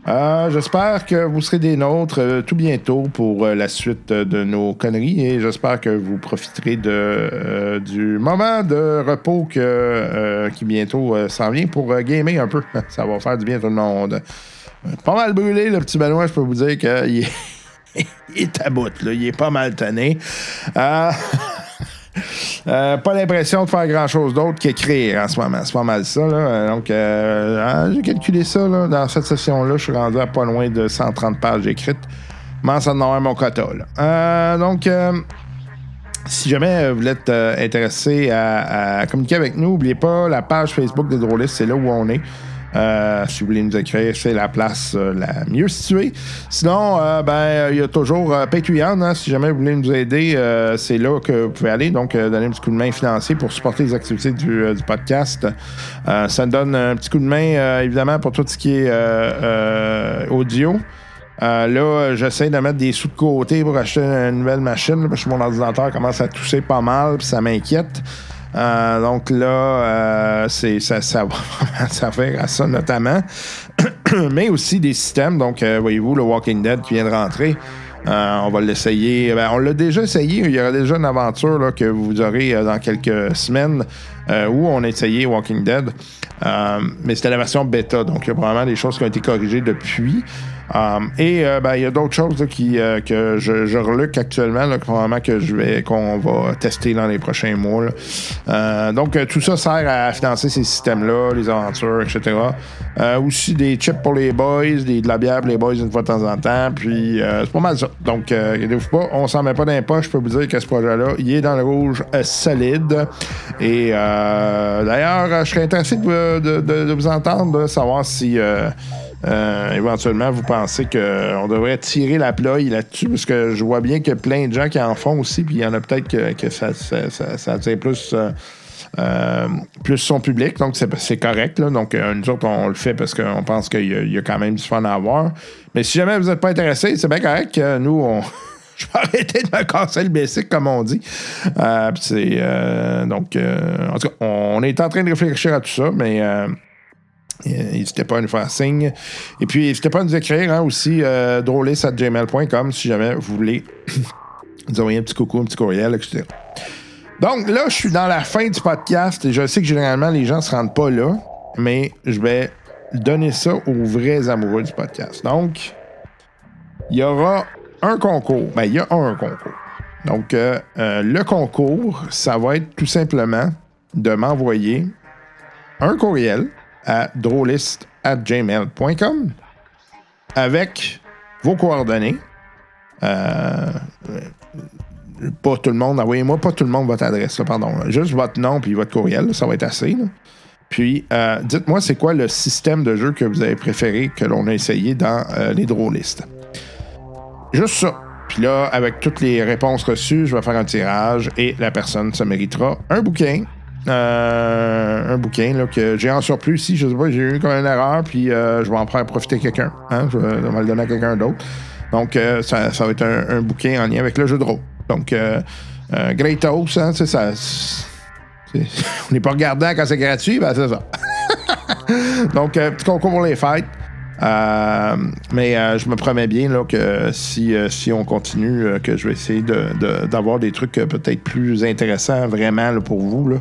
S2: euh, J'espère que vous serez des nôtres euh, tout bientôt pour euh, la suite euh, de nos conneries et j'espère que vous profiterez de, euh, du moment de repos que, euh, qui bientôt euh, s'en vient pour euh, gamer un peu. Ça va faire du bien à tout le monde. Pas mal brûlé, le petit Benoît, je peux vous dire qu'il est, il est à bout, là. il est pas mal tanné. Euh, Euh, pas l'impression de faire grand-chose d'autre qu'écrire en ce moment. C'est pas mal ça. Là. Euh, Donc, euh, ah, j'ai calculé ça. Là. Dans cette session-là, je suis rendu à pas loin de 130 pages écrites. Commence à en avoir mon quota. là. Euh, donc, euh, si jamais euh, vous êtes euh, intéressé à, à communiquer avec nous, n'oubliez pas la page Facebook des Drôlistes, c'est là où on est. Euh, si vous voulez nous écrire, c'est la place euh, la mieux située. Sinon, euh, ben euh, il y a toujours euh, Patreon. hein, si jamais vous voulez nous aider, euh, c'est là que vous pouvez aller. Donc, euh, donner un petit coup de main financier pour supporter les activités du, euh, du podcast. Euh, ça donne un petit coup de main, euh, évidemment, pour tout ce qui est euh, euh, audio. Euh, là, euh, j'essaie de mettre des sous de côté pour acheter une nouvelle machine là, parce que mon ordinateur commence à tousser pas mal, puis ça m'inquiète. Euh, donc là, euh, c'est, ça, ça va vraiment servir à ça notamment. Mais aussi des systèmes. Donc, euh, voyez-vous, le Walking Dead qui vient de rentrer. Euh, on va l'essayer. Ben, on l'a déjà essayé. Il y aura déjà une aventure là, que vous aurez euh, dans quelques semaines euh, où on a essayé Walking Dead. Euh, mais c'était la version bêta. Donc, il y a probablement des choses qui ont été corrigées depuis. Um, et euh, ben, il y a d'autres choses là, qui, euh, que je, je reluque actuellement, là, que probablement que je vais qu'on va tester dans les prochains mois. là. Euh, donc euh, tout ça sert à financer ces systèmes-là, les aventures, etc. Euh, aussi des chips pour les boys, des, de la bière pour les boys une fois de temps en temps. Puis euh, c'est pas mal ça. Donc euh, inquiétez-vous pas, on s'en met pas dans les poches. Je peux vous dire que ce projet-là, il est dans le rouge euh, solide. Et euh, d'ailleurs, euh, je serais intéressé de, de- de- de vous entendre, de savoir si euh, euh, éventuellement, vous pensez qu'on devrait tirer la ploie là-dessus, parce que je vois bien qu'il y a plein de gens qui en font aussi, puis il y en a peut-être que, que ça, ça, ça- ça attire plus, euh, euh, plus son public, donc c'est c'est correct. Là. Donc, euh, nous autres, on le fait parce qu'on pense qu'il y, a- il y a quand même du fun à avoir. Mais si jamais vous n'êtes pas intéressé, c'est bien correct. euh, Nous, on. Je vais arrêter de me casser le basic, comme on dit. Euh, puis c'est, euh, donc, euh, en tout cas, on est en train de réfléchir à tout ça, mais euh, euh, N'hésitez pas à nous faire signe. Et puis, n'hésitez pas à nous écrire hein, aussi euh, drôliste@gmail.com si jamais vous voulez nous envoyer un petit coucou, un petit courriel, etc. Donc là, je suis dans la fin du podcast et je sais que généralement les gens ne se rendent pas là, mais je vais donner ça aux vrais amoureux du podcast. Donc, il y aura un concours. Ben, il y a un concours. Donc, euh, euh, le concours, ça va être tout simplement de m'envoyer un courriel à drôliste@gmail.com avec vos coordonnées. Euh, euh, pas tout le monde, envoyez-moi pas tout le monde votre adresse, là, pardon. là. Juste votre nom puis votre courriel, là, ça va être assez. là. Puis, euh, dites-moi, c'est quoi le système de jeu que vous avez préféré que l'on a essayé dans euh, les drôlistes? Juste ça. Puis là, avec toutes les réponses reçues, je vais faire un tirage et la personne se méritera un bouquin. Euh, un bouquin là, que j'ai en surplus ici. Je sais pas, j'ai eu comme une erreur, puis euh, je vais en faire profiter quelqu'un. hein. Je, vais- je vais le donner à quelqu'un d'autre. Donc, euh, ça, ça va être un, un bouquin en lien avec le jeu de rôle. Donc, euh, euh, Great House, hein, c'est ça. C'est- On n'est pas regardant quand c'est gratuit, ben c'est ça. Donc, euh, petit concours pour les fêtes. Euh, mais euh, je me promets bien là, que si, euh, si on continue, euh, que je vais essayer de- de- d'avoir des trucs euh, peut-être plus intéressants vraiment là, pour vous. Là.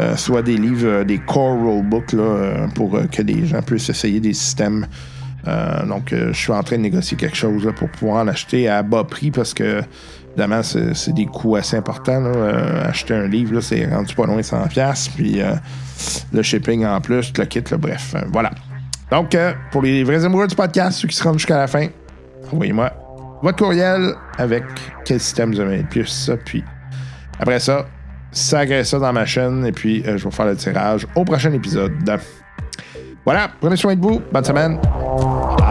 S2: Euh, soit des livres, euh, des core rulebooks là, euh, pour euh, que les gens puissent essayer des systèmes. Euh, donc, euh, je suis en train de négocier quelque chose là, pour pouvoir en acheter à bas prix parce que, évidemment, c'est c'est des coûts assez importants. là. Euh, acheter un livre, là, c'est rendu pas loin de 100$. piastres, Puis euh, le shipping en plus, le kit, là, bref, euh, voilà. Donc, euh, pour les vrais amoureux du podcast, ceux qui se rendent jusqu'à la fin, envoyez-moi votre courriel avec quel système vous avez le plus. Puis après ça, sacrez ça dans ma chaîne et puis euh, je vais faire le tirage au prochain épisode. Voilà, prenez soin de vous. Bonne semaine. Bye.